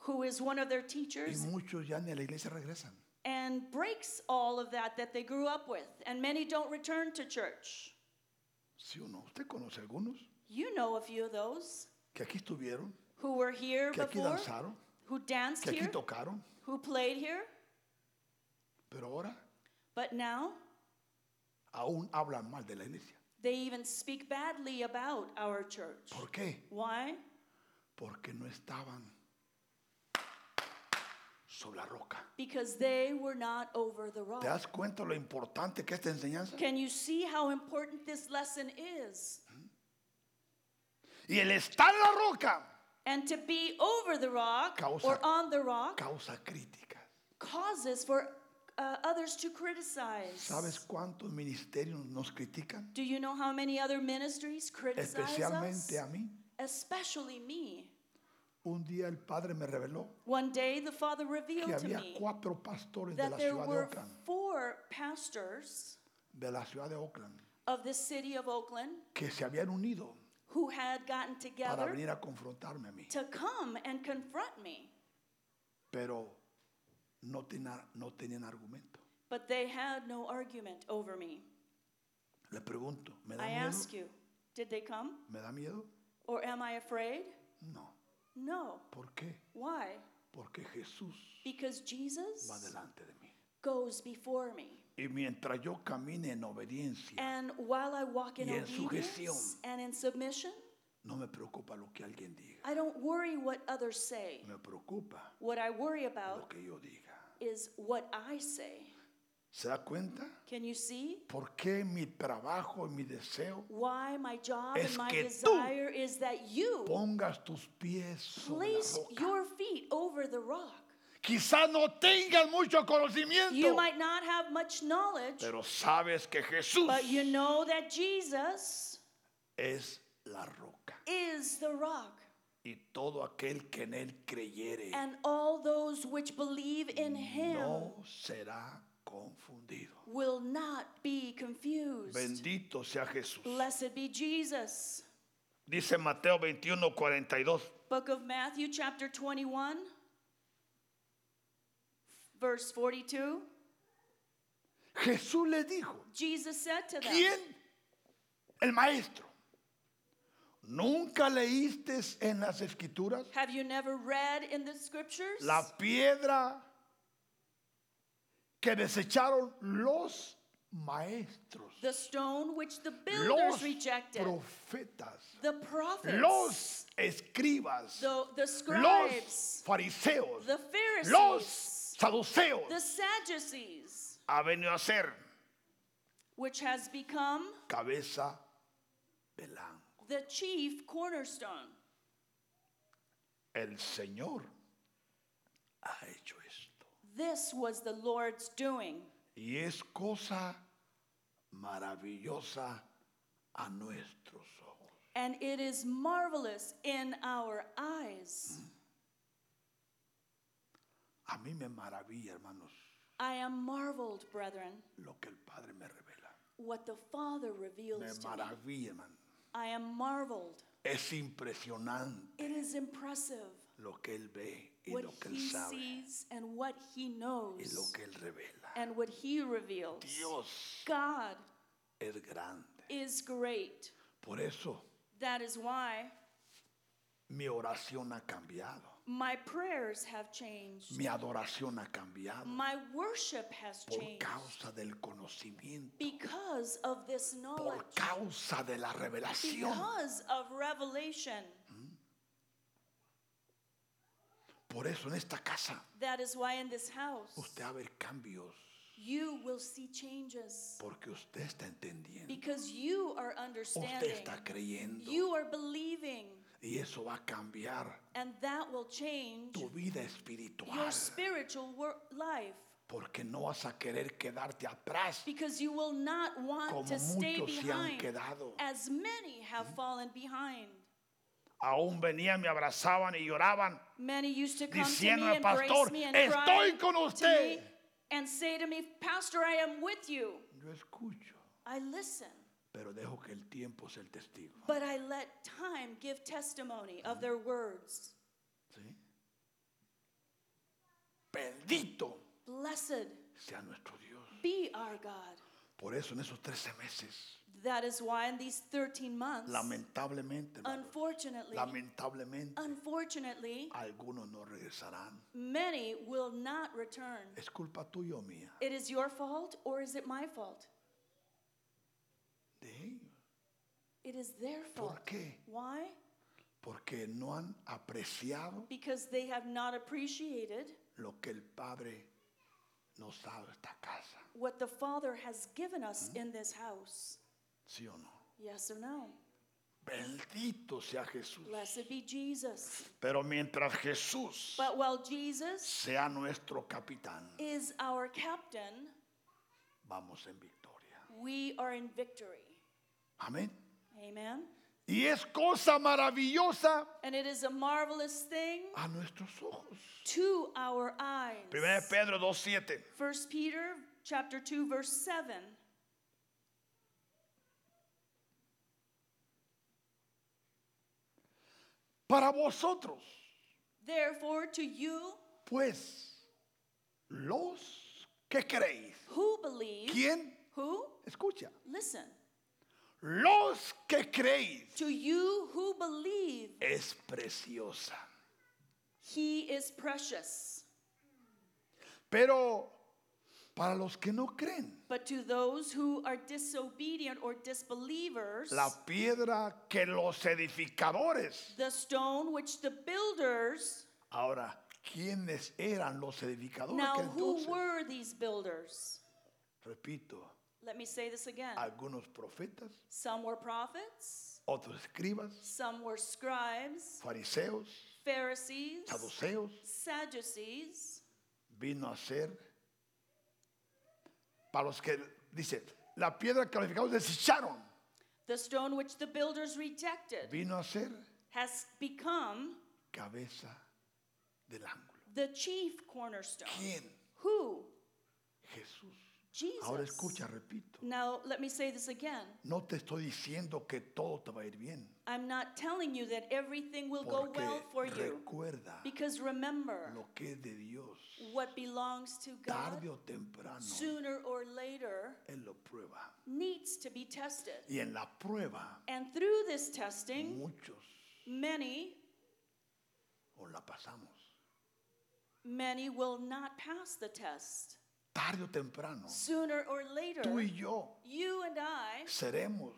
[SPEAKER 2] who is one of their
[SPEAKER 1] Y
[SPEAKER 2] teachers
[SPEAKER 1] muchos ya ni a la iglesia regresan.
[SPEAKER 2] and breaks all of that that they grew up with, and many don't return to church.
[SPEAKER 1] Si uno, usted conoce algunos
[SPEAKER 2] You know a few of those
[SPEAKER 1] que aquí estuvieron,
[SPEAKER 2] who were here
[SPEAKER 1] que aquí
[SPEAKER 2] before,
[SPEAKER 1] danzaron,
[SPEAKER 2] who danced
[SPEAKER 1] que aquí
[SPEAKER 2] here,
[SPEAKER 1] tocaron,
[SPEAKER 2] who played here,
[SPEAKER 1] pero ahora
[SPEAKER 2] but now
[SPEAKER 1] aún hablan mal de la iglesia.
[SPEAKER 2] they even speak badly about our church.
[SPEAKER 1] ¿Por qué?
[SPEAKER 2] Why?
[SPEAKER 1] Porque no estaban sobre la roca.
[SPEAKER 2] Because they were not over
[SPEAKER 1] ¿Te
[SPEAKER 2] the rock.
[SPEAKER 1] das cuenta lo importante que es esta enseñanza?
[SPEAKER 2] Can you see how important this lesson is?
[SPEAKER 1] Y el estar en la roca
[SPEAKER 2] And to be over the rock
[SPEAKER 1] Causa-
[SPEAKER 2] or on the rock
[SPEAKER 1] causa críticas.
[SPEAKER 2] causes for uh, others to criticize.
[SPEAKER 1] ¿Sabes cuántos ministerios nos critican?
[SPEAKER 2] Do you know how many other ministries criticize us?
[SPEAKER 1] Especialmente a mí.
[SPEAKER 2] Especially me.
[SPEAKER 1] Un día el padre me reveló
[SPEAKER 2] One day the Father
[SPEAKER 1] que
[SPEAKER 2] revealed to
[SPEAKER 1] había
[SPEAKER 2] me
[SPEAKER 1] cuatro pastores de
[SPEAKER 2] that
[SPEAKER 1] la
[SPEAKER 2] there
[SPEAKER 1] ciudad de
[SPEAKER 2] were
[SPEAKER 1] Oakland,
[SPEAKER 2] four pastors
[SPEAKER 1] de la ciudad de Oakland,
[SPEAKER 2] of the city of Oakland
[SPEAKER 1] que se habían unido
[SPEAKER 2] who had gotten
[SPEAKER 1] para
[SPEAKER 2] together
[SPEAKER 1] venir a confrontarme a mí,
[SPEAKER 2] to come and confront me.
[SPEAKER 1] pero no tenían, no tenían argumento.
[SPEAKER 2] But they had no argument over me.
[SPEAKER 1] Le pregunto, ¿me da
[SPEAKER 2] I
[SPEAKER 1] miedo?
[SPEAKER 2] ask you, did they come?
[SPEAKER 1] ¿Me da miedo?
[SPEAKER 2] Or am I afraid?
[SPEAKER 1] No.
[SPEAKER 2] No.
[SPEAKER 1] ¿Por qué?
[SPEAKER 2] Why?
[SPEAKER 1] Porque Jesús
[SPEAKER 2] Because Jesus
[SPEAKER 1] va delante de mí.
[SPEAKER 2] goes before me.
[SPEAKER 1] Y mientras yo camine en obediencia,
[SPEAKER 2] And while I walk in
[SPEAKER 1] Y en
[SPEAKER 2] obedience
[SPEAKER 1] sujeción.
[SPEAKER 2] and in submission,
[SPEAKER 1] no me preocupa lo que alguien diga,
[SPEAKER 2] I don't worry what others say.
[SPEAKER 1] me preocupa
[SPEAKER 2] What I worry
[SPEAKER 1] lo
[SPEAKER 2] about
[SPEAKER 1] que yo diga.
[SPEAKER 2] is what I say.
[SPEAKER 1] ¿Se da cuenta?
[SPEAKER 2] Can you see
[SPEAKER 1] ¿Por qué mi trabajo y mi deseo
[SPEAKER 2] why my job
[SPEAKER 1] Es
[SPEAKER 2] and my
[SPEAKER 1] que tú
[SPEAKER 2] desire is that you
[SPEAKER 1] pongas tus pies sobre la
[SPEAKER 2] place
[SPEAKER 1] roca?
[SPEAKER 2] your feet over the rock?
[SPEAKER 1] Quizás no tengas mucho
[SPEAKER 2] You
[SPEAKER 1] conocimiento,
[SPEAKER 2] might not have much knowledge,
[SPEAKER 1] pero sabes que Jesús
[SPEAKER 2] but you know that Jesus
[SPEAKER 1] es la roca.
[SPEAKER 2] is the rock.
[SPEAKER 1] Y todo aquel que en él creyere
[SPEAKER 2] And all those which believe in him
[SPEAKER 1] no será confundido.
[SPEAKER 2] will not be confused.
[SPEAKER 1] Bendito sea Jesús.
[SPEAKER 2] Blessed be Jesus.
[SPEAKER 1] Dice Mateo 21, 42.
[SPEAKER 2] Book of Matthew, chapter 21, verse 42.
[SPEAKER 1] Jesús le dijo,
[SPEAKER 2] Jesus said to them,
[SPEAKER 1] ¿quién? El maestro. ¿Nunca leíste en las escrituras?
[SPEAKER 2] Have you never read in the scriptures?
[SPEAKER 1] La piedra que desecharon los maestros,
[SPEAKER 2] The stone which the builders
[SPEAKER 1] los
[SPEAKER 2] rejected,
[SPEAKER 1] profetas,
[SPEAKER 2] the prophets,
[SPEAKER 1] los escribas,
[SPEAKER 2] the, the
[SPEAKER 1] los
[SPEAKER 2] scribes,
[SPEAKER 1] fariseos,
[SPEAKER 2] the
[SPEAKER 1] los
[SPEAKER 2] Pharisees,
[SPEAKER 1] saduceos.
[SPEAKER 2] the Sadducees,
[SPEAKER 1] Ha venido a ser
[SPEAKER 2] which has become
[SPEAKER 1] cabeza del ángulo.
[SPEAKER 2] the chief cornerstone.
[SPEAKER 1] El Señor ha hecho esto.
[SPEAKER 2] This was the Lord's doing,
[SPEAKER 1] Y es cosa maravillosa a nuestros ojos.
[SPEAKER 2] and it is marvelous in our eyes.
[SPEAKER 1] A mí me maravilla, hermanos,
[SPEAKER 2] I am marveled, brethren,
[SPEAKER 1] lo que el Padre me revela.
[SPEAKER 2] what the Father
[SPEAKER 1] Me
[SPEAKER 2] reveals to me.
[SPEAKER 1] maravilla, hermano.
[SPEAKER 2] I am marveled.
[SPEAKER 1] Es impresionante
[SPEAKER 2] It is impressive
[SPEAKER 1] lo que Él ve y
[SPEAKER 2] what
[SPEAKER 1] lo que Él
[SPEAKER 2] he
[SPEAKER 1] sabe
[SPEAKER 2] sees and what he
[SPEAKER 1] y lo
[SPEAKER 2] knows
[SPEAKER 1] que Él revela.
[SPEAKER 2] and what he reveals.
[SPEAKER 1] Dios
[SPEAKER 2] God
[SPEAKER 1] es grande.
[SPEAKER 2] is great.
[SPEAKER 1] Por eso
[SPEAKER 2] That is why
[SPEAKER 1] mi oración ha cambiado.
[SPEAKER 2] my prayers have changed.
[SPEAKER 1] Mi adoración ha cambiado
[SPEAKER 2] My worship has
[SPEAKER 1] por
[SPEAKER 2] changed
[SPEAKER 1] causa del conocimiento,
[SPEAKER 2] because of this knowledge,
[SPEAKER 1] por causa de la revelación.
[SPEAKER 2] because of revelation.
[SPEAKER 1] Por eso en esta casa
[SPEAKER 2] That is why in this house
[SPEAKER 1] usted va a ver cambios
[SPEAKER 2] you will see changes
[SPEAKER 1] porque usted está entendiendo,
[SPEAKER 2] because you are
[SPEAKER 1] usted
[SPEAKER 2] understanding,
[SPEAKER 1] está creyendo
[SPEAKER 2] you are believing,
[SPEAKER 1] y eso va a cambiar
[SPEAKER 2] and that will change
[SPEAKER 1] tu vida espiritual
[SPEAKER 2] your spiritual wor- life
[SPEAKER 1] porque no vas a querer quedarte atrás
[SPEAKER 2] because you will not
[SPEAKER 1] como
[SPEAKER 2] want to stay
[SPEAKER 1] muchos se han
[SPEAKER 2] behind
[SPEAKER 1] quedado.
[SPEAKER 2] as many have fallen behind.
[SPEAKER 1] Aún venían, me abrazaban y lloraban
[SPEAKER 2] Many used to come to me,
[SPEAKER 1] diciéndome,
[SPEAKER 2] and embrace
[SPEAKER 1] pastor,
[SPEAKER 2] me, and cry
[SPEAKER 1] estoy con
[SPEAKER 2] to me
[SPEAKER 1] usted.
[SPEAKER 2] and say to me, Pastor, I am with you.
[SPEAKER 1] Yo escucho,
[SPEAKER 2] I listen,
[SPEAKER 1] pero dejo que el tiempo sea el testigo.
[SPEAKER 2] but I let time give testimony of their words.
[SPEAKER 1] ¿sí? Bendito
[SPEAKER 2] Blessed
[SPEAKER 1] sea nuestro Dios.
[SPEAKER 2] be our God.
[SPEAKER 1] Por eso en esos 13 meses,
[SPEAKER 2] That is why in these 13 months,
[SPEAKER 1] lamentablemente, hermanos,
[SPEAKER 2] unfortunately,
[SPEAKER 1] lamentablemente,
[SPEAKER 2] unfortunately,
[SPEAKER 1] algunos no regresarán.
[SPEAKER 2] many will not return.
[SPEAKER 1] ¿Es culpa tuya o mía?
[SPEAKER 2] It is your fault or is it my fault?
[SPEAKER 1] De ellos.
[SPEAKER 2] It is their fault.
[SPEAKER 1] qué?
[SPEAKER 2] Why?
[SPEAKER 1] Porque no han apreciado
[SPEAKER 2] Because they have not appreciated
[SPEAKER 1] lo que el Padre nos ha dado esta casa.
[SPEAKER 2] what the Father has given us in this house.
[SPEAKER 1] ¿Sí o no?
[SPEAKER 2] Yes or no?
[SPEAKER 1] Bendito sea Jesús.
[SPEAKER 2] Blessed be Jesus.
[SPEAKER 1] Pero mientras Jesús
[SPEAKER 2] But while Jesus
[SPEAKER 1] sea nuestro capitán,
[SPEAKER 2] is our captain,
[SPEAKER 1] vamos en victoria.
[SPEAKER 2] we are in victory.
[SPEAKER 1] Amén.
[SPEAKER 2] Amen.
[SPEAKER 1] Y es cosa maravillosa
[SPEAKER 2] And it is a marvelous thing
[SPEAKER 1] a nuestros ojos.
[SPEAKER 2] to our eyes.
[SPEAKER 1] 1 Pedro 2.7.
[SPEAKER 2] 1 Peter chapter 2 verse 7.
[SPEAKER 1] Para vosotros,
[SPEAKER 2] Therefore to you
[SPEAKER 1] pues, los que creéis.
[SPEAKER 2] who believe,
[SPEAKER 1] ¿Quién?
[SPEAKER 2] who
[SPEAKER 1] Escucha.
[SPEAKER 2] listen,
[SPEAKER 1] Los que creéis.
[SPEAKER 2] to you who believe,
[SPEAKER 1] Es preciosa.
[SPEAKER 2] he is precious.
[SPEAKER 1] Pero para los que no creen,
[SPEAKER 2] But to those who are disobedient or disbelievers,
[SPEAKER 1] la piedra que los edificadores.
[SPEAKER 2] the stone which the builders
[SPEAKER 1] Ahora, ¿quiénes eran los edificadores?
[SPEAKER 2] now
[SPEAKER 1] que
[SPEAKER 2] who
[SPEAKER 1] entonces?
[SPEAKER 2] were these builders
[SPEAKER 1] Repito,
[SPEAKER 2] let me say this again
[SPEAKER 1] algunos profetas,
[SPEAKER 2] some were prophets
[SPEAKER 1] otros escribas,
[SPEAKER 2] some were scribes
[SPEAKER 1] fariseos,
[SPEAKER 2] pharisees
[SPEAKER 1] saduceos.
[SPEAKER 2] sadducees
[SPEAKER 1] vino a ser para los que dice la piedra que los edificadores desecharon
[SPEAKER 2] The stone which the builders rejected
[SPEAKER 1] vino a ser
[SPEAKER 2] has become
[SPEAKER 1] cabeza del ángulo.
[SPEAKER 2] the chief cornerstone.
[SPEAKER 1] ¿Quién?
[SPEAKER 2] Who?
[SPEAKER 1] Jesús.
[SPEAKER 2] Jesus.
[SPEAKER 1] Ahora escucha, repito.
[SPEAKER 2] Now, let me say this again.
[SPEAKER 1] No te estoy diciendo que todo te va a ir bien.
[SPEAKER 2] I'm not telling you that everything will go
[SPEAKER 1] Porque
[SPEAKER 2] well for you.
[SPEAKER 1] recuerda
[SPEAKER 2] Because remember,
[SPEAKER 1] lo que es de Dios.
[SPEAKER 2] what belongs to God,
[SPEAKER 1] Tarde o temprano
[SPEAKER 2] sooner or later,
[SPEAKER 1] Él lo prueba.
[SPEAKER 2] needs to be tested.
[SPEAKER 1] Y en la prueba
[SPEAKER 2] And through this testing,
[SPEAKER 1] muchos
[SPEAKER 2] many,
[SPEAKER 1] o la pasamos.
[SPEAKER 2] many will not pass the test.
[SPEAKER 1] Tarde o temprano
[SPEAKER 2] Sooner or
[SPEAKER 1] tú
[SPEAKER 2] later,
[SPEAKER 1] y yo
[SPEAKER 2] you and I
[SPEAKER 1] seremos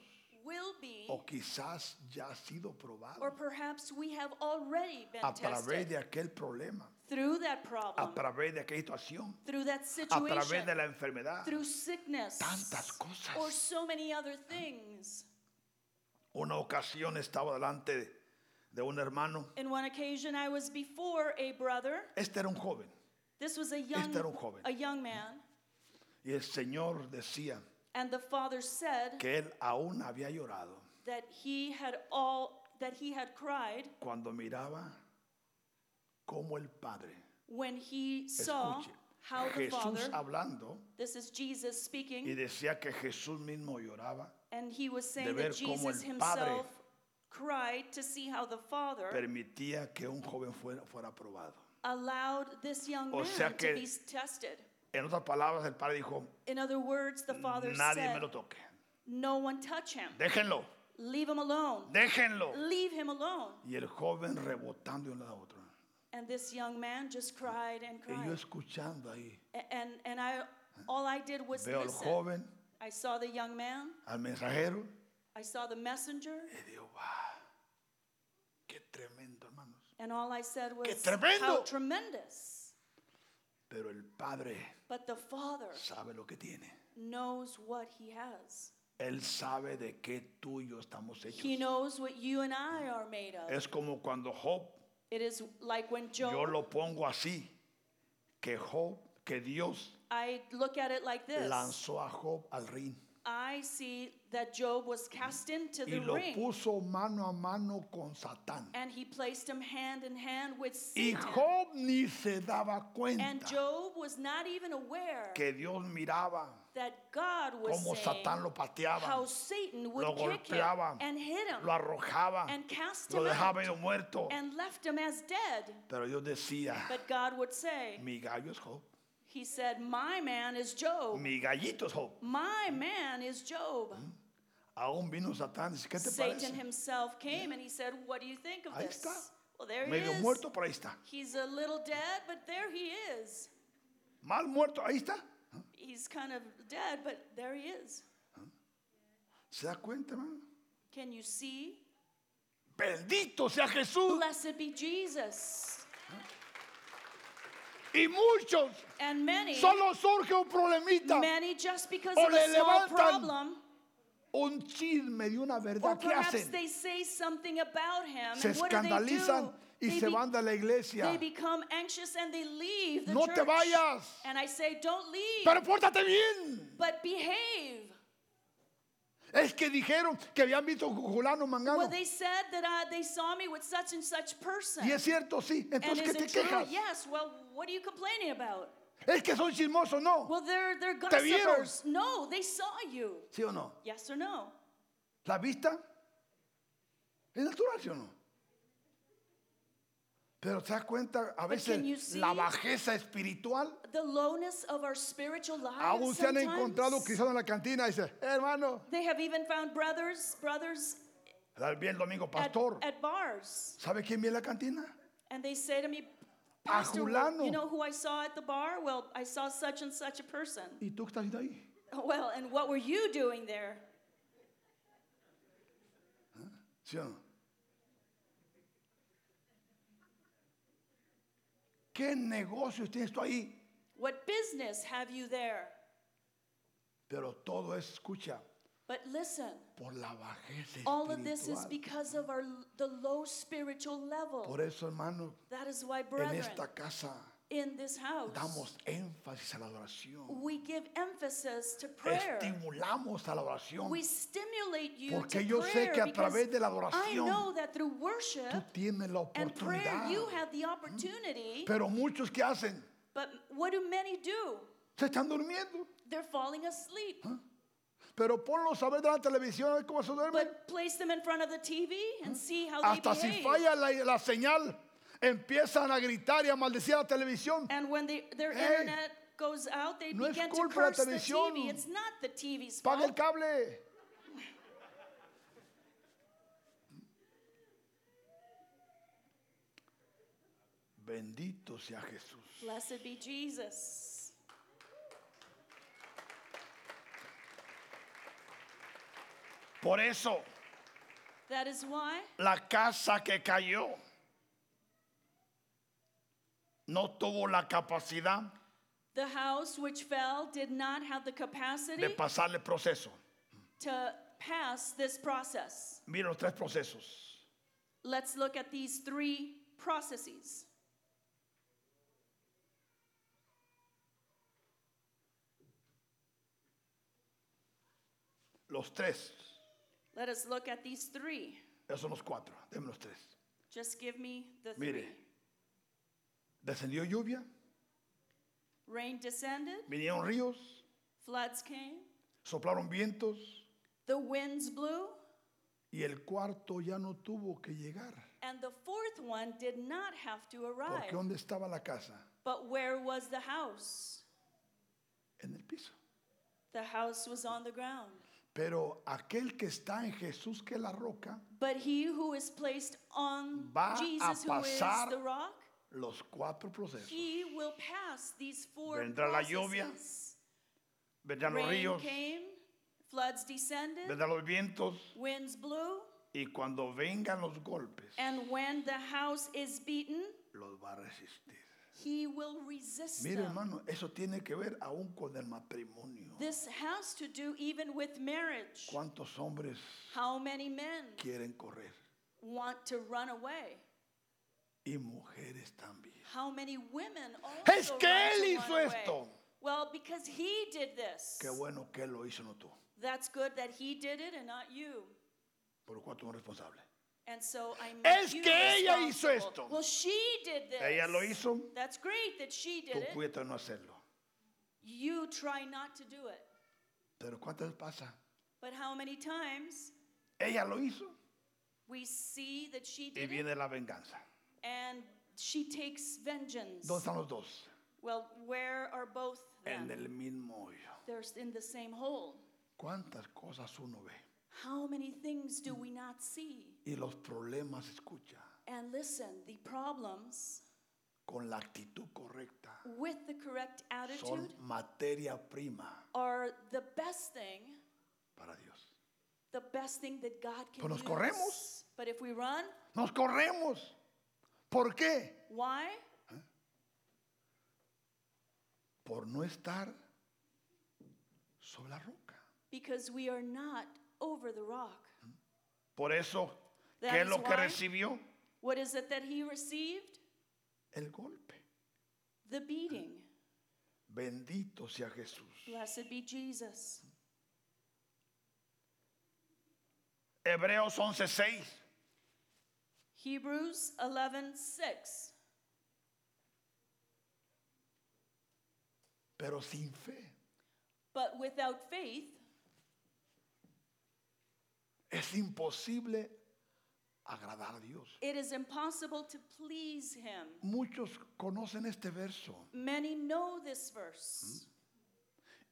[SPEAKER 2] will be,
[SPEAKER 1] o quizás ya ha sido
[SPEAKER 2] or
[SPEAKER 1] probado
[SPEAKER 2] perhaps we have already been
[SPEAKER 1] a través
[SPEAKER 2] tested
[SPEAKER 1] de aquel problema,
[SPEAKER 2] through that
[SPEAKER 1] a
[SPEAKER 2] problem,
[SPEAKER 1] través de aquella situación,
[SPEAKER 2] through that
[SPEAKER 1] a través
[SPEAKER 2] Oh. situation,
[SPEAKER 1] de la enfermedad.
[SPEAKER 2] through sickness,
[SPEAKER 1] Tantas
[SPEAKER 2] or
[SPEAKER 1] cosas.
[SPEAKER 2] so many other things.
[SPEAKER 1] Una ocasión estaba delante de, de un hermano.
[SPEAKER 2] In one occasion, I was before a brother.
[SPEAKER 1] Este era un joven
[SPEAKER 2] This was a young,
[SPEAKER 1] era un joven.
[SPEAKER 2] a young man,
[SPEAKER 1] y el Señor decía
[SPEAKER 2] and the father said
[SPEAKER 1] que él aún había llorado
[SPEAKER 2] that he had all that he had cried
[SPEAKER 1] cuando miraba cómo el Padre,
[SPEAKER 2] when he saw
[SPEAKER 1] escuche,
[SPEAKER 2] how the father.
[SPEAKER 1] Jesús hablando
[SPEAKER 2] This is Jesus
[SPEAKER 1] y
[SPEAKER 2] speaking,
[SPEAKER 1] decía que Jesús mismo lloraba,
[SPEAKER 2] and he was
[SPEAKER 1] de
[SPEAKER 2] saying
[SPEAKER 1] ver
[SPEAKER 2] that
[SPEAKER 1] cómo
[SPEAKER 2] Jesus
[SPEAKER 1] el Padre-
[SPEAKER 2] himself cried to see how the father
[SPEAKER 1] permitía que un joven fuera, fuera probado.
[SPEAKER 2] allowed this young
[SPEAKER 1] O
[SPEAKER 2] man
[SPEAKER 1] sea
[SPEAKER 2] to
[SPEAKER 1] que-
[SPEAKER 2] be tested.
[SPEAKER 1] En otras palabras, el Padre dijo,
[SPEAKER 2] In other words, the father
[SPEAKER 1] nadie me
[SPEAKER 2] said,
[SPEAKER 1] lo toque,
[SPEAKER 2] "No one touch him.
[SPEAKER 1] déjenlo,
[SPEAKER 2] Leave him alone.
[SPEAKER 1] déjenlo.
[SPEAKER 2] Leave him alone."
[SPEAKER 1] Y el joven rebotando de un lado a otro.
[SPEAKER 2] And this young man just cried and
[SPEAKER 1] Y yo
[SPEAKER 2] cried.
[SPEAKER 1] escuchando ahí,
[SPEAKER 2] A- And, and I, all I did was
[SPEAKER 1] veo al
[SPEAKER 2] listen.
[SPEAKER 1] joven,
[SPEAKER 2] I saw the young man,
[SPEAKER 1] al mensajero,
[SPEAKER 2] I saw the messenger,
[SPEAKER 1] y digo, wow, qué tremendo, hermanos.
[SPEAKER 2] and all I said was, How
[SPEAKER 1] tremendo!"
[SPEAKER 2] tremendous!
[SPEAKER 1] Pero el Padre
[SPEAKER 2] But the Father
[SPEAKER 1] sabe lo que tiene.
[SPEAKER 2] knows what He has.
[SPEAKER 1] Él sabe de qué tú y yo estamos
[SPEAKER 2] He
[SPEAKER 1] hechos.
[SPEAKER 2] knows what you and I are made of.
[SPEAKER 1] Es como cuando Job,
[SPEAKER 2] It is like when
[SPEAKER 1] yo
[SPEAKER 2] Job,
[SPEAKER 1] lo pongo así, que Job, que Dios
[SPEAKER 2] I look at it like this.
[SPEAKER 1] lanzó a Job al ring
[SPEAKER 2] I see that Job was cast into
[SPEAKER 1] y
[SPEAKER 2] the
[SPEAKER 1] lo
[SPEAKER 2] ring,
[SPEAKER 1] puso mano a mano con Satán.
[SPEAKER 2] and he placed him hand in hand with
[SPEAKER 1] Y
[SPEAKER 2] Satan.
[SPEAKER 1] Job ni se daba
[SPEAKER 2] And
[SPEAKER 1] cuenta
[SPEAKER 2] Job was not even aware
[SPEAKER 1] que Dios miraba
[SPEAKER 2] that God was
[SPEAKER 1] cómo
[SPEAKER 2] saying
[SPEAKER 1] Satán lo pateaba,
[SPEAKER 2] how Satan would
[SPEAKER 1] lo
[SPEAKER 2] kick him
[SPEAKER 1] golpeaba,
[SPEAKER 2] and hit him
[SPEAKER 1] lo arrojaba,
[SPEAKER 2] and cast
[SPEAKER 1] lo
[SPEAKER 2] him out
[SPEAKER 1] dejaba medio muerto.
[SPEAKER 2] and left him as dead.
[SPEAKER 1] Pero Dios decía,
[SPEAKER 2] But God would say,
[SPEAKER 1] mi gallo es Job,
[SPEAKER 2] He said, My man is Job.
[SPEAKER 1] mi gallito es Job.
[SPEAKER 2] My man is Job.
[SPEAKER 1] Aún vino Satán, dice, ¿qué te
[SPEAKER 2] Satan
[SPEAKER 1] parece?
[SPEAKER 2] himself came and he said, What do you think of
[SPEAKER 1] Ahí
[SPEAKER 2] this?
[SPEAKER 1] está.
[SPEAKER 2] Well, there he
[SPEAKER 1] Medio
[SPEAKER 2] is.
[SPEAKER 1] muerto, pero ahí está.
[SPEAKER 2] He's a little dead, but there he is.
[SPEAKER 1] Mal muerto, ahí está.
[SPEAKER 2] He's kind of dead, but there he is.
[SPEAKER 1] ¿Se da cuenta, hermano?
[SPEAKER 2] Can you see?
[SPEAKER 1] Bendito sea Jesús.
[SPEAKER 2] Blessed be Jesus.
[SPEAKER 1] Y muchos,
[SPEAKER 2] And many,
[SPEAKER 1] solo surge un problemita,
[SPEAKER 2] many just because
[SPEAKER 1] O
[SPEAKER 2] of
[SPEAKER 1] le
[SPEAKER 2] a small
[SPEAKER 1] levantan
[SPEAKER 2] problem,
[SPEAKER 1] un chisme de una
[SPEAKER 2] or
[SPEAKER 1] verdad que
[SPEAKER 2] perhaps
[SPEAKER 1] hacen.
[SPEAKER 2] they say something about him,
[SPEAKER 1] Se
[SPEAKER 2] and what do they do?
[SPEAKER 1] escandalizan y
[SPEAKER 2] They
[SPEAKER 1] se
[SPEAKER 2] be-
[SPEAKER 1] van de la
[SPEAKER 2] They
[SPEAKER 1] iglesia.
[SPEAKER 2] become anxious and they leave the
[SPEAKER 1] No
[SPEAKER 2] church.
[SPEAKER 1] te vayas,
[SPEAKER 2] And I say, don't leave,
[SPEAKER 1] pero pórtate bien.
[SPEAKER 2] but behave.
[SPEAKER 1] Es que dijeron que habían visto Julano Mangano.
[SPEAKER 2] Well, they said that uh, they saw me with such and such person.
[SPEAKER 1] Y es cierto, sí.
[SPEAKER 2] and
[SPEAKER 1] Entonces,
[SPEAKER 2] is
[SPEAKER 1] ¿qué te
[SPEAKER 2] it true?
[SPEAKER 1] quejas?
[SPEAKER 2] Yes. Well, what are you complaining about?
[SPEAKER 1] Es que son chismosos, no.
[SPEAKER 2] Well, they're they're
[SPEAKER 1] vieron?
[SPEAKER 2] gossipers. No, they saw you.
[SPEAKER 1] ¿Sí o no?
[SPEAKER 2] Yes or no?
[SPEAKER 1] ¿La vista? ¿Es natural, sí o no? Pero te das cuenta, a
[SPEAKER 2] can you
[SPEAKER 1] veces
[SPEAKER 2] see?
[SPEAKER 1] la bajeza espiritual,
[SPEAKER 2] The lowness of our spiritual lives.
[SPEAKER 1] aún se han encontrado
[SPEAKER 2] sometimes.
[SPEAKER 1] quizás en la cantina, y dice, "Eh, hermano,
[SPEAKER 2] They have even found brothers, brothers
[SPEAKER 1] la vi el domingo,
[SPEAKER 2] at,
[SPEAKER 1] pastor,
[SPEAKER 2] at bars,
[SPEAKER 1] ¿sabe quién vi en la cantina?
[SPEAKER 2] and they say to me,
[SPEAKER 1] A
[SPEAKER 2] Pastor,
[SPEAKER 1] fulano.
[SPEAKER 2] you know who I saw at the bar? Well, I saw such and such a person.
[SPEAKER 1] ¿Y tú qué estás haciendo ahí?
[SPEAKER 2] Well, and what were you doing there?
[SPEAKER 1] ¿Sí o no? ¿Qué negocios tienes tú ahí?
[SPEAKER 2] What business have you there?
[SPEAKER 1] Pero todo es, escucha,
[SPEAKER 2] But listen,
[SPEAKER 1] por la bajeza
[SPEAKER 2] all of this is
[SPEAKER 1] espiritual.
[SPEAKER 2] because of our the low spiritual level.
[SPEAKER 1] Por eso, hermano,
[SPEAKER 2] That is why,
[SPEAKER 1] en
[SPEAKER 2] brethren,
[SPEAKER 1] esta casa
[SPEAKER 2] in this house.
[SPEAKER 1] Damos énfasis a la adoración.
[SPEAKER 2] We give emphasis to prayer.
[SPEAKER 1] Estimulamos a la oración.
[SPEAKER 2] We stimulate you to
[SPEAKER 1] Porque yo sé
[SPEAKER 2] prayer
[SPEAKER 1] que a
[SPEAKER 2] because
[SPEAKER 1] través de la
[SPEAKER 2] I
[SPEAKER 1] adoración
[SPEAKER 2] know that through
[SPEAKER 1] tú
[SPEAKER 2] worship
[SPEAKER 1] tienes la
[SPEAKER 2] and prayer
[SPEAKER 1] oportunidad. Mm-hmm.
[SPEAKER 2] you have the opportunity.
[SPEAKER 1] Pero muchos que hacen
[SPEAKER 2] But what do many do?
[SPEAKER 1] se están durmiendo.
[SPEAKER 2] They're falling asleep.
[SPEAKER 1] Pero ponlos a ver de la televisión a ver cómo se duermen.
[SPEAKER 2] But place them in front of the TV and see how they
[SPEAKER 1] Hasta si
[SPEAKER 2] behave.
[SPEAKER 1] falla la, la señal, empiezan a gritar y a maldecir a la televisión.
[SPEAKER 2] And when they, their
[SPEAKER 1] Hey,
[SPEAKER 2] internet goes out, they
[SPEAKER 1] no es
[SPEAKER 2] begin to
[SPEAKER 1] culpa de la
[SPEAKER 2] curse the
[SPEAKER 1] televisión.
[SPEAKER 2] TV. It's not the TV's
[SPEAKER 1] Paga el
[SPEAKER 2] fault.
[SPEAKER 1] cable. Bendito sea Jesús.
[SPEAKER 2] Blessed be Jesus.
[SPEAKER 1] Por eso,
[SPEAKER 2] That is why
[SPEAKER 1] la casa que cayó no tuvo la capacidad
[SPEAKER 2] the house which fell did not have the capacity
[SPEAKER 1] de pasarle proceso.
[SPEAKER 2] to pass this process.
[SPEAKER 1] Mira los tres procesos.
[SPEAKER 2] Let's look at these three processes.
[SPEAKER 1] Los tres.
[SPEAKER 2] Let us look at these three.
[SPEAKER 1] Esos son los cuatro. Deme los tres.
[SPEAKER 2] Just give me the three.
[SPEAKER 1] Mire. Descendió lluvia,
[SPEAKER 2] Rain descended,
[SPEAKER 1] vinieron ríos,
[SPEAKER 2] floods came,
[SPEAKER 1] soplaron vientos
[SPEAKER 2] the winds blew,
[SPEAKER 1] y el cuarto ya no tuvo que llegar.
[SPEAKER 2] and the fourth one did not have to
[SPEAKER 1] Porque
[SPEAKER 2] arrive.
[SPEAKER 1] ¿dónde estaba la casa?
[SPEAKER 2] But where was the house?
[SPEAKER 1] En el piso.
[SPEAKER 2] The house was on the ground.
[SPEAKER 1] Pero aquel que está en Jesús, que es la roca,
[SPEAKER 2] But he who is placed on
[SPEAKER 1] Va a
[SPEAKER 2] Jesus, who is
[SPEAKER 1] pasar
[SPEAKER 2] the rock,
[SPEAKER 1] los cuatro procesos.
[SPEAKER 2] he will pass these four
[SPEAKER 1] Vendrá la lluvia,
[SPEAKER 2] processes.
[SPEAKER 1] Vendrán los
[SPEAKER 2] Rain
[SPEAKER 1] ríos,
[SPEAKER 2] came, floods descended,
[SPEAKER 1] vendrán los vientos
[SPEAKER 2] winds blew,
[SPEAKER 1] y cuando vengan los golpes,
[SPEAKER 2] and when the house is beaten,
[SPEAKER 1] los va a resistir.
[SPEAKER 2] he will resist
[SPEAKER 1] Mire
[SPEAKER 2] them.
[SPEAKER 1] hermano, eso tiene que ver aún con el matrimonio.
[SPEAKER 2] This has to do even with marriage.
[SPEAKER 1] ¿Cuántos hombres
[SPEAKER 2] How many men
[SPEAKER 1] quieren correr?
[SPEAKER 2] want to run away?
[SPEAKER 1] Y mujeres también.
[SPEAKER 2] How many women also
[SPEAKER 1] Es que
[SPEAKER 2] run to
[SPEAKER 1] él
[SPEAKER 2] run
[SPEAKER 1] hizo
[SPEAKER 2] away?
[SPEAKER 1] esto.
[SPEAKER 2] Well, because he did this.
[SPEAKER 1] Qué bueno que él lo hizo, no tú.
[SPEAKER 2] That's good that he did it and not you.
[SPEAKER 1] Por lo cual tú no eres responsable.
[SPEAKER 2] And so I make
[SPEAKER 1] Es
[SPEAKER 2] you
[SPEAKER 1] que ella hizo
[SPEAKER 2] responsible.
[SPEAKER 1] esto.
[SPEAKER 2] Well, she did this.
[SPEAKER 1] Ella lo hizo.
[SPEAKER 2] That's great that she
[SPEAKER 1] Tú
[SPEAKER 2] did it.
[SPEAKER 1] cuídate de no hacerlo.
[SPEAKER 2] You try not to do it.
[SPEAKER 1] Pero ¿cuántas veces pasa?
[SPEAKER 2] But how many times
[SPEAKER 1] Ella lo hizo
[SPEAKER 2] we see that
[SPEAKER 1] y
[SPEAKER 2] she did it
[SPEAKER 1] viene la venganza.
[SPEAKER 2] and she takes vengeance?
[SPEAKER 1] ¿Dónde están los dos?
[SPEAKER 2] Well, where are both
[SPEAKER 1] En
[SPEAKER 2] then?
[SPEAKER 1] el mismo hoyo.
[SPEAKER 2] They're in the same hole.
[SPEAKER 1] ¿Cuántas cosas uno ve?
[SPEAKER 2] How many things do we not see?
[SPEAKER 1] Y los problemas escucha
[SPEAKER 2] And listen, the problems
[SPEAKER 1] con la actitud correcta.
[SPEAKER 2] with the correct attitude
[SPEAKER 1] Son materia prima
[SPEAKER 2] are the best thing,
[SPEAKER 1] para Dios.
[SPEAKER 2] the best thing that God can
[SPEAKER 1] Pues nos
[SPEAKER 2] use.
[SPEAKER 1] corremos.
[SPEAKER 2] But if we run,
[SPEAKER 1] Nos corremos. ¿Por qué?
[SPEAKER 2] why?
[SPEAKER 1] Por no estar sobre la roca.
[SPEAKER 2] Because we are not over the rock.
[SPEAKER 1] Por eso,
[SPEAKER 2] That
[SPEAKER 1] ¿qué es
[SPEAKER 2] is
[SPEAKER 1] lo que
[SPEAKER 2] why-
[SPEAKER 1] recibió?
[SPEAKER 2] What is it that he received?
[SPEAKER 1] El golpe.
[SPEAKER 2] The beating.
[SPEAKER 1] Bendito sea Jesús.
[SPEAKER 2] Blessed be Jesus.
[SPEAKER 1] Hebreos 11:6.
[SPEAKER 2] Hebrews 11:6.
[SPEAKER 1] Pero sin fe
[SPEAKER 2] But without faith,
[SPEAKER 1] es imposible agradar a Dios.
[SPEAKER 2] it is impossible to please him.
[SPEAKER 1] Muchos conocen este verso
[SPEAKER 2] Many know this verse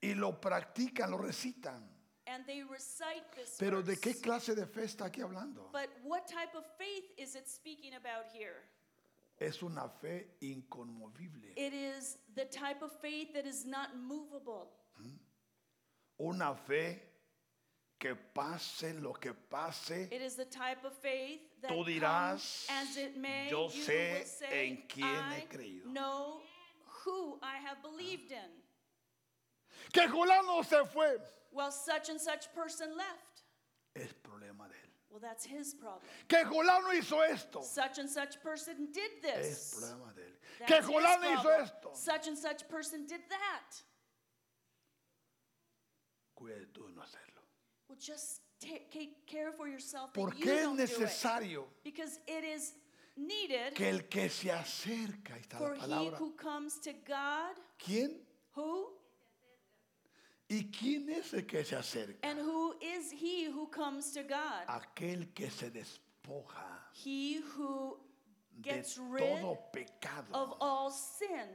[SPEAKER 1] y lo practican, lo recitan.
[SPEAKER 2] and they recite this
[SPEAKER 1] Hmm? Pero ¿de
[SPEAKER 2] verse.
[SPEAKER 1] qué clase de fe está aquí hablando?
[SPEAKER 2] But what type of faith is it speaking about here?
[SPEAKER 1] Es una fe inconmovible,
[SPEAKER 2] It is the type of faith that is not movable,
[SPEAKER 1] una fe que pase lo que pase,
[SPEAKER 2] it is the type of faith that
[SPEAKER 1] Tú dirás,
[SPEAKER 2] comes as it may,
[SPEAKER 1] "Yo
[SPEAKER 2] you
[SPEAKER 1] sé
[SPEAKER 2] will say,
[SPEAKER 1] en quién he
[SPEAKER 2] I
[SPEAKER 1] creído."
[SPEAKER 2] know who I have believed in.
[SPEAKER 1] que Julano se fue,
[SPEAKER 2] Well, such and such person left.
[SPEAKER 1] es problema de él.
[SPEAKER 2] Well, that's his problem.
[SPEAKER 1] Que Julano hizo esto,
[SPEAKER 2] Such and such person did
[SPEAKER 1] es
[SPEAKER 2] this.
[SPEAKER 1] problema de él. Que
[SPEAKER 2] That's his
[SPEAKER 1] fulano hizo
[SPEAKER 2] problem.
[SPEAKER 1] esto.
[SPEAKER 2] Such and such person did that.
[SPEAKER 1] Cuide tú de no hacerlo.
[SPEAKER 2] Well, just take, take care for yourself that
[SPEAKER 1] ¿Por
[SPEAKER 2] you
[SPEAKER 1] qué es
[SPEAKER 2] don't do it.
[SPEAKER 1] necesario
[SPEAKER 2] Because it is needed
[SPEAKER 1] que el que se acerca, ahí está
[SPEAKER 2] for
[SPEAKER 1] la
[SPEAKER 2] he
[SPEAKER 1] palabra,
[SPEAKER 2] who comes to God,
[SPEAKER 1] ¿quién?
[SPEAKER 2] who?
[SPEAKER 1] ¿Y quién es el que se acerca?
[SPEAKER 2] And who is he who comes to God?
[SPEAKER 1] Ah. Aquel que se despoja
[SPEAKER 2] He who
[SPEAKER 1] de
[SPEAKER 2] gets rid
[SPEAKER 1] todo
[SPEAKER 2] of
[SPEAKER 1] pecado,
[SPEAKER 2] all sin,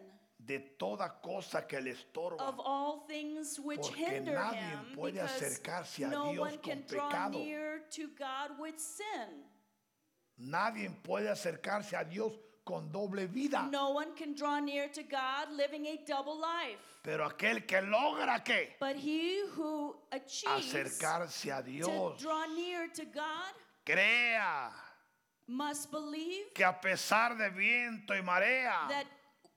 [SPEAKER 1] de toda cosa que le
[SPEAKER 2] of
[SPEAKER 1] estorba.
[SPEAKER 2] all things which
[SPEAKER 1] Porque
[SPEAKER 2] hinder
[SPEAKER 1] nadie
[SPEAKER 2] him,
[SPEAKER 1] puede
[SPEAKER 2] because
[SPEAKER 1] acercarse a
[SPEAKER 2] no
[SPEAKER 1] Dios
[SPEAKER 2] one
[SPEAKER 1] con
[SPEAKER 2] can draw
[SPEAKER 1] pecado.
[SPEAKER 2] near to God with sin.
[SPEAKER 1] Nadie puede acercarse a Dios con doble vida.
[SPEAKER 2] No one can draw near to God living a double life.
[SPEAKER 1] Pero aquel que logra qué?
[SPEAKER 2] But he who achieves
[SPEAKER 1] Acercarse a
[SPEAKER 2] to
[SPEAKER 1] Dios.
[SPEAKER 2] draw near to God
[SPEAKER 1] Crea
[SPEAKER 2] must believe
[SPEAKER 1] que a pesar de viento y marea,
[SPEAKER 2] that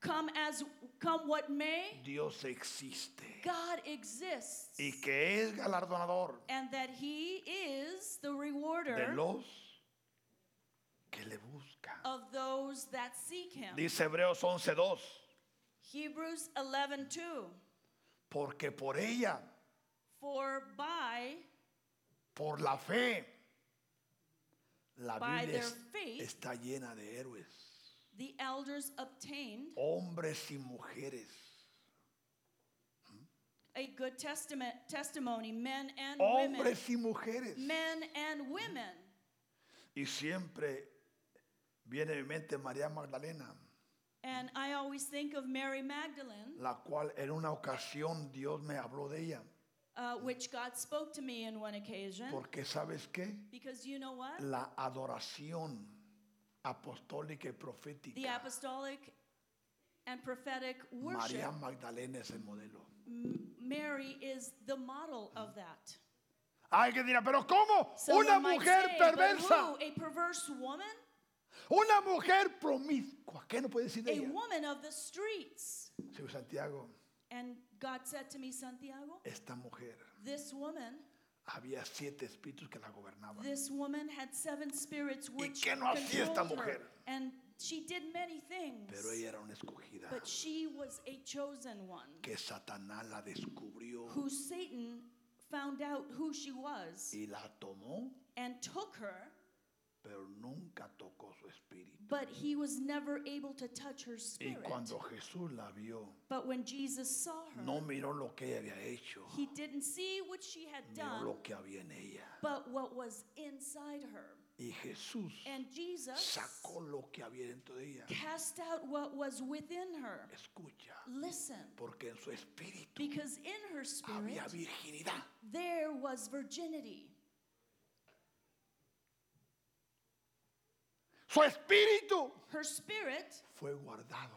[SPEAKER 2] come as come what may,
[SPEAKER 1] Dios existe
[SPEAKER 2] God exists.
[SPEAKER 1] y que es galardonador
[SPEAKER 2] and that he is the rewarder
[SPEAKER 1] de los que le buscan.
[SPEAKER 2] of those that seek him.
[SPEAKER 1] Dice Hebreos 11:2,
[SPEAKER 2] Hebrews 11:2
[SPEAKER 1] porque por ella,
[SPEAKER 2] For by
[SPEAKER 1] por la fe, la
[SPEAKER 2] By
[SPEAKER 1] Biblia
[SPEAKER 2] their
[SPEAKER 1] es-
[SPEAKER 2] faith-
[SPEAKER 1] está llena de héroes,
[SPEAKER 2] the elders obtained
[SPEAKER 1] hombres y mujeres,
[SPEAKER 2] a good testament testimony men and women
[SPEAKER 1] hombres y mujeres.
[SPEAKER 2] men and women
[SPEAKER 1] Y siempre viene a mi mente María Magdalena,
[SPEAKER 2] and I always think of Mary Magdalene
[SPEAKER 1] la cual en una ocasión Dios me habló de ella,
[SPEAKER 2] uh, which God spoke to me in one occasion
[SPEAKER 1] porque sabes qué,
[SPEAKER 2] because you know what
[SPEAKER 1] la adoración apostólica y
[SPEAKER 2] the
[SPEAKER 1] profética.
[SPEAKER 2] apostolic and prophetic worship
[SPEAKER 1] María Magdalena es el modelo.
[SPEAKER 2] M- Mary is the model of that
[SPEAKER 1] Hay que dirá, pero ¿cómo? Una
[SPEAKER 2] Someone might
[SPEAKER 1] mujer
[SPEAKER 2] say, "But
[SPEAKER 1] perversa,
[SPEAKER 2] who? A perverse woman?
[SPEAKER 1] una mujer promiscua. ¿Qué no puede decir de
[SPEAKER 2] A
[SPEAKER 1] ella?
[SPEAKER 2] woman of the streets.
[SPEAKER 1] Señor Santiago,
[SPEAKER 2] And God said to me, Santiago,
[SPEAKER 1] esta mujer
[SPEAKER 2] this woman,
[SPEAKER 1] había siete espíritus que la gobernaban.
[SPEAKER 2] this woman had seven spirits which
[SPEAKER 1] qué no hacía esta
[SPEAKER 2] controlled her.
[SPEAKER 1] mujer?
[SPEAKER 2] And she did many things.
[SPEAKER 1] Pero ella era una escogida
[SPEAKER 2] But she was a chosen one
[SPEAKER 1] que Satanás la descubrió
[SPEAKER 2] who Satan found out who she was
[SPEAKER 1] y la tomó,
[SPEAKER 2] and took her,
[SPEAKER 1] pero nunca tocó su espíritu.
[SPEAKER 2] but he was never able to touch her
[SPEAKER 1] Y
[SPEAKER 2] spirit.
[SPEAKER 1] cuando Jesús la vio,
[SPEAKER 2] But when Jesus saw her,
[SPEAKER 1] no miró lo que ella había hecho,
[SPEAKER 2] He didn't see what she had
[SPEAKER 1] miró
[SPEAKER 2] done,
[SPEAKER 1] lo que había en ella.
[SPEAKER 2] but what was inside her.
[SPEAKER 1] Y Jesús
[SPEAKER 2] And Jesus
[SPEAKER 1] sacó lo que había dentro de ella.
[SPEAKER 2] cast out what was within her.
[SPEAKER 1] Escucha,
[SPEAKER 2] Listen,
[SPEAKER 1] porque en su espíritu
[SPEAKER 2] because in her spirit
[SPEAKER 1] había virginidad.
[SPEAKER 2] there was virginity.
[SPEAKER 1] Su espíritu
[SPEAKER 2] Her spirit
[SPEAKER 1] fue guardado.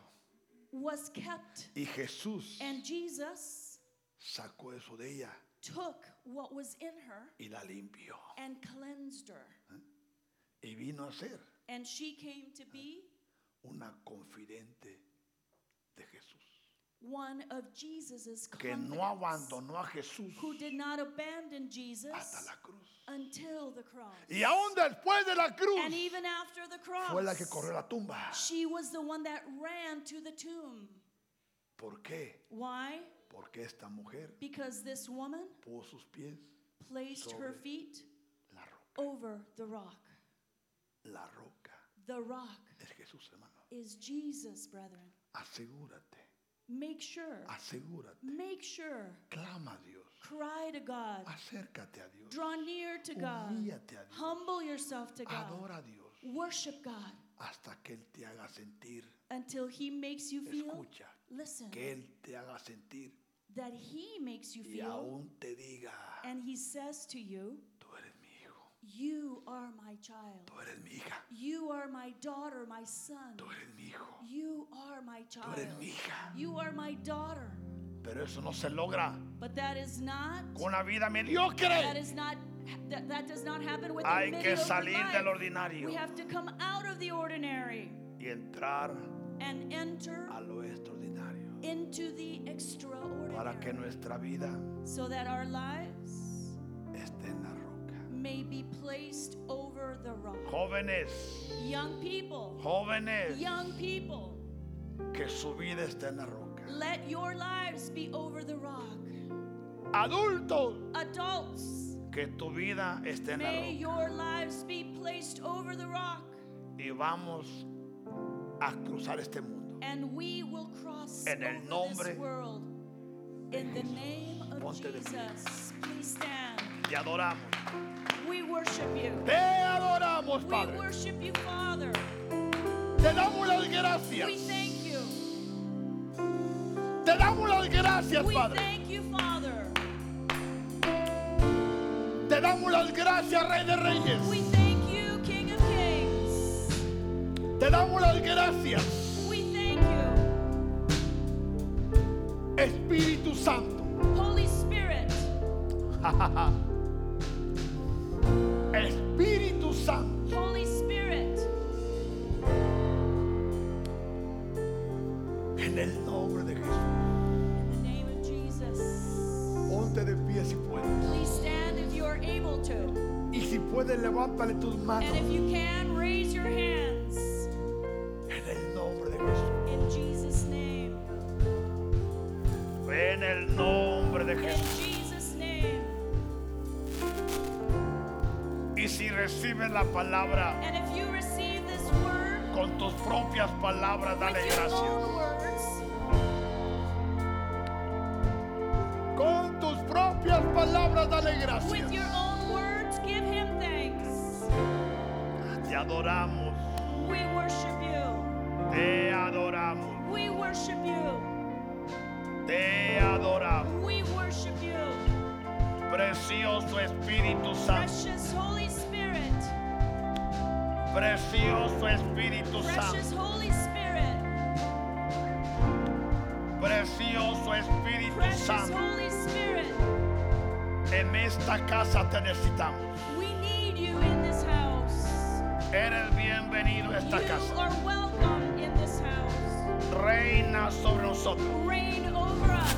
[SPEAKER 2] was kept,
[SPEAKER 1] Y Jesús
[SPEAKER 2] and Jesus
[SPEAKER 1] sacó eso de ella
[SPEAKER 2] took what was in her
[SPEAKER 1] y la limpió.
[SPEAKER 2] and cleansed her.
[SPEAKER 1] Y vino a ser
[SPEAKER 2] And she came to be
[SPEAKER 1] una confidente de Jesús.
[SPEAKER 2] one of Jesus's
[SPEAKER 1] Que
[SPEAKER 2] confidants
[SPEAKER 1] no abandonó a Jesús
[SPEAKER 2] who did not abandon
[SPEAKER 1] hasta
[SPEAKER 2] Jesus
[SPEAKER 1] la cruz.
[SPEAKER 2] until the cross.
[SPEAKER 1] Y aún después de la cruz
[SPEAKER 2] And even after the cross,
[SPEAKER 1] fue la que corrió a la tumba.
[SPEAKER 2] she was the one that ran to the tomb.
[SPEAKER 1] ¿Por qué?
[SPEAKER 2] Why?
[SPEAKER 1] Porque esta mujer
[SPEAKER 2] Because this woman
[SPEAKER 1] puso sus pies
[SPEAKER 2] placed
[SPEAKER 1] Sobre.
[SPEAKER 2] her feet
[SPEAKER 1] la roca.
[SPEAKER 2] over the rock.
[SPEAKER 1] La roca
[SPEAKER 2] The rock
[SPEAKER 1] es Jesús, hermano.
[SPEAKER 2] is Jesus, brethren.
[SPEAKER 1] Asegúrate,
[SPEAKER 2] Make sure,
[SPEAKER 1] asegúrate.
[SPEAKER 2] make sure.
[SPEAKER 1] Clama a Dios.
[SPEAKER 2] Cry to God.
[SPEAKER 1] Acércate a Dios.
[SPEAKER 2] Draw near to God.
[SPEAKER 1] Humíllate a Dios.
[SPEAKER 2] Humble yourself to God.
[SPEAKER 1] Adora a Dios
[SPEAKER 2] Worship God
[SPEAKER 1] hasta que Él te haga sentir.
[SPEAKER 2] until He makes you feel,
[SPEAKER 1] Escucha.
[SPEAKER 2] listen,
[SPEAKER 1] Que Él te haga sentir
[SPEAKER 2] that He makes you
[SPEAKER 1] y
[SPEAKER 2] feel,
[SPEAKER 1] aún te diga,
[SPEAKER 2] and He says to you,
[SPEAKER 1] tú eres mi hijo,
[SPEAKER 2] You are my child.
[SPEAKER 1] tú eres mi hija,
[SPEAKER 2] You are my daughter, my son.
[SPEAKER 1] tú eres mi hijo,
[SPEAKER 2] You are my
[SPEAKER 1] tú
[SPEAKER 2] child.
[SPEAKER 1] eres mi hija.
[SPEAKER 2] You are my daughter.
[SPEAKER 1] Pero eso no se logra
[SPEAKER 2] But that is not.
[SPEAKER 1] con una vida
[SPEAKER 2] That
[SPEAKER 1] mediocre.
[SPEAKER 2] is not. That, that does not happen with
[SPEAKER 1] Hay
[SPEAKER 2] the
[SPEAKER 1] que
[SPEAKER 2] mediocre
[SPEAKER 1] salir
[SPEAKER 2] life.
[SPEAKER 1] del ordinario
[SPEAKER 2] We have to come out of the ordinary
[SPEAKER 1] y entrar
[SPEAKER 2] and enter
[SPEAKER 1] a lo extraordinario
[SPEAKER 2] into the extraordinary,
[SPEAKER 1] para que nuestra vida
[SPEAKER 2] so that our lives
[SPEAKER 1] esté en la roca.
[SPEAKER 2] may be placed over the rock.
[SPEAKER 1] Jóvenes,
[SPEAKER 2] Young people,
[SPEAKER 1] jóvenes,
[SPEAKER 2] young people,
[SPEAKER 1] que su vida está en la roca.
[SPEAKER 2] Let your lives be over the rock.
[SPEAKER 1] Adultos,
[SPEAKER 2] Adults,
[SPEAKER 1] que tu vida esté en la roca.
[SPEAKER 2] may your lives be placed over the rock,
[SPEAKER 1] Y vamos a cruzar este mundo.
[SPEAKER 2] and we will cross
[SPEAKER 1] En el
[SPEAKER 2] over
[SPEAKER 1] nombre
[SPEAKER 2] this world. In the name of
[SPEAKER 1] Ponte de pie.
[SPEAKER 2] Jesus, please stand.
[SPEAKER 1] Te adoramos.
[SPEAKER 2] We worship you.
[SPEAKER 1] Te adoramos,
[SPEAKER 2] We
[SPEAKER 1] Padre.
[SPEAKER 2] worship you, Father.
[SPEAKER 1] Te damos las gracias.
[SPEAKER 2] We thank you.
[SPEAKER 1] Te damos las gracias,
[SPEAKER 2] We
[SPEAKER 1] Padre.
[SPEAKER 2] thank you, Father.
[SPEAKER 1] Te damos las gracias, Rey de
[SPEAKER 2] We
[SPEAKER 1] Reyes.
[SPEAKER 2] thank you, King of Kings.
[SPEAKER 1] Te damos las gracias,
[SPEAKER 2] We thank you,
[SPEAKER 1] Espíritu Santo.
[SPEAKER 2] Holy Spirit.
[SPEAKER 1] Espíritu Santo.
[SPEAKER 2] Holy Spirit.
[SPEAKER 1] En el nombre de Jesús.
[SPEAKER 2] In the name of Jesus.
[SPEAKER 1] Ponte de pie si puedes.
[SPEAKER 2] Please stand if you are able to.
[SPEAKER 1] Y si puedes, levántale tus
[SPEAKER 2] And
[SPEAKER 1] manos.
[SPEAKER 2] if you can, raise your hands.
[SPEAKER 1] En el nombre de Jesús.
[SPEAKER 2] In Jesus' name.
[SPEAKER 1] En el nombre de
[SPEAKER 2] In
[SPEAKER 1] Jesús.
[SPEAKER 2] Jesus' name.
[SPEAKER 1] Y si recibes la palabra
[SPEAKER 2] And if you receive this word
[SPEAKER 1] con tus propias palabras, dale
[SPEAKER 2] with your
[SPEAKER 1] gracias.
[SPEAKER 2] own words,
[SPEAKER 1] Con tus propias palabras, dale
[SPEAKER 2] with your
[SPEAKER 1] gracias.
[SPEAKER 2] own words, give him thanks.
[SPEAKER 1] Te adoramos.
[SPEAKER 2] We worship you.
[SPEAKER 1] Te adoramos.
[SPEAKER 2] We worship you.
[SPEAKER 1] Te adoramos.
[SPEAKER 2] We worship you.
[SPEAKER 1] Precioso Espíritu Santo.
[SPEAKER 2] Precious Holy Spirit.
[SPEAKER 1] Precioso Espíritu
[SPEAKER 2] Precious
[SPEAKER 1] Santo.
[SPEAKER 2] Holy Spirit.
[SPEAKER 1] Precioso Espíritu
[SPEAKER 2] Precious
[SPEAKER 1] Santo.
[SPEAKER 2] Holy Spirit.
[SPEAKER 1] En esta casa te necesitamos.
[SPEAKER 2] We need you in this house.
[SPEAKER 1] Eres bienvenido a esta
[SPEAKER 2] You
[SPEAKER 1] casa.
[SPEAKER 2] are welcome in this house.
[SPEAKER 1] Reina sobre nosotros.
[SPEAKER 2] Reign over us.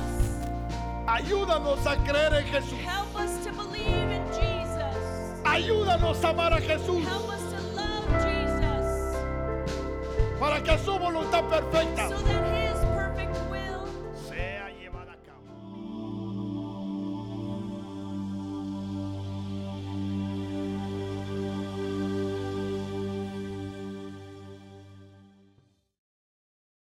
[SPEAKER 1] Ayúdanos a creer en Jesús.
[SPEAKER 2] Help us to believe in Jesus.
[SPEAKER 1] Ayúdanos a amar a Jesús
[SPEAKER 2] Help us to love Jesus
[SPEAKER 1] para que su voluntad perfecta
[SPEAKER 2] so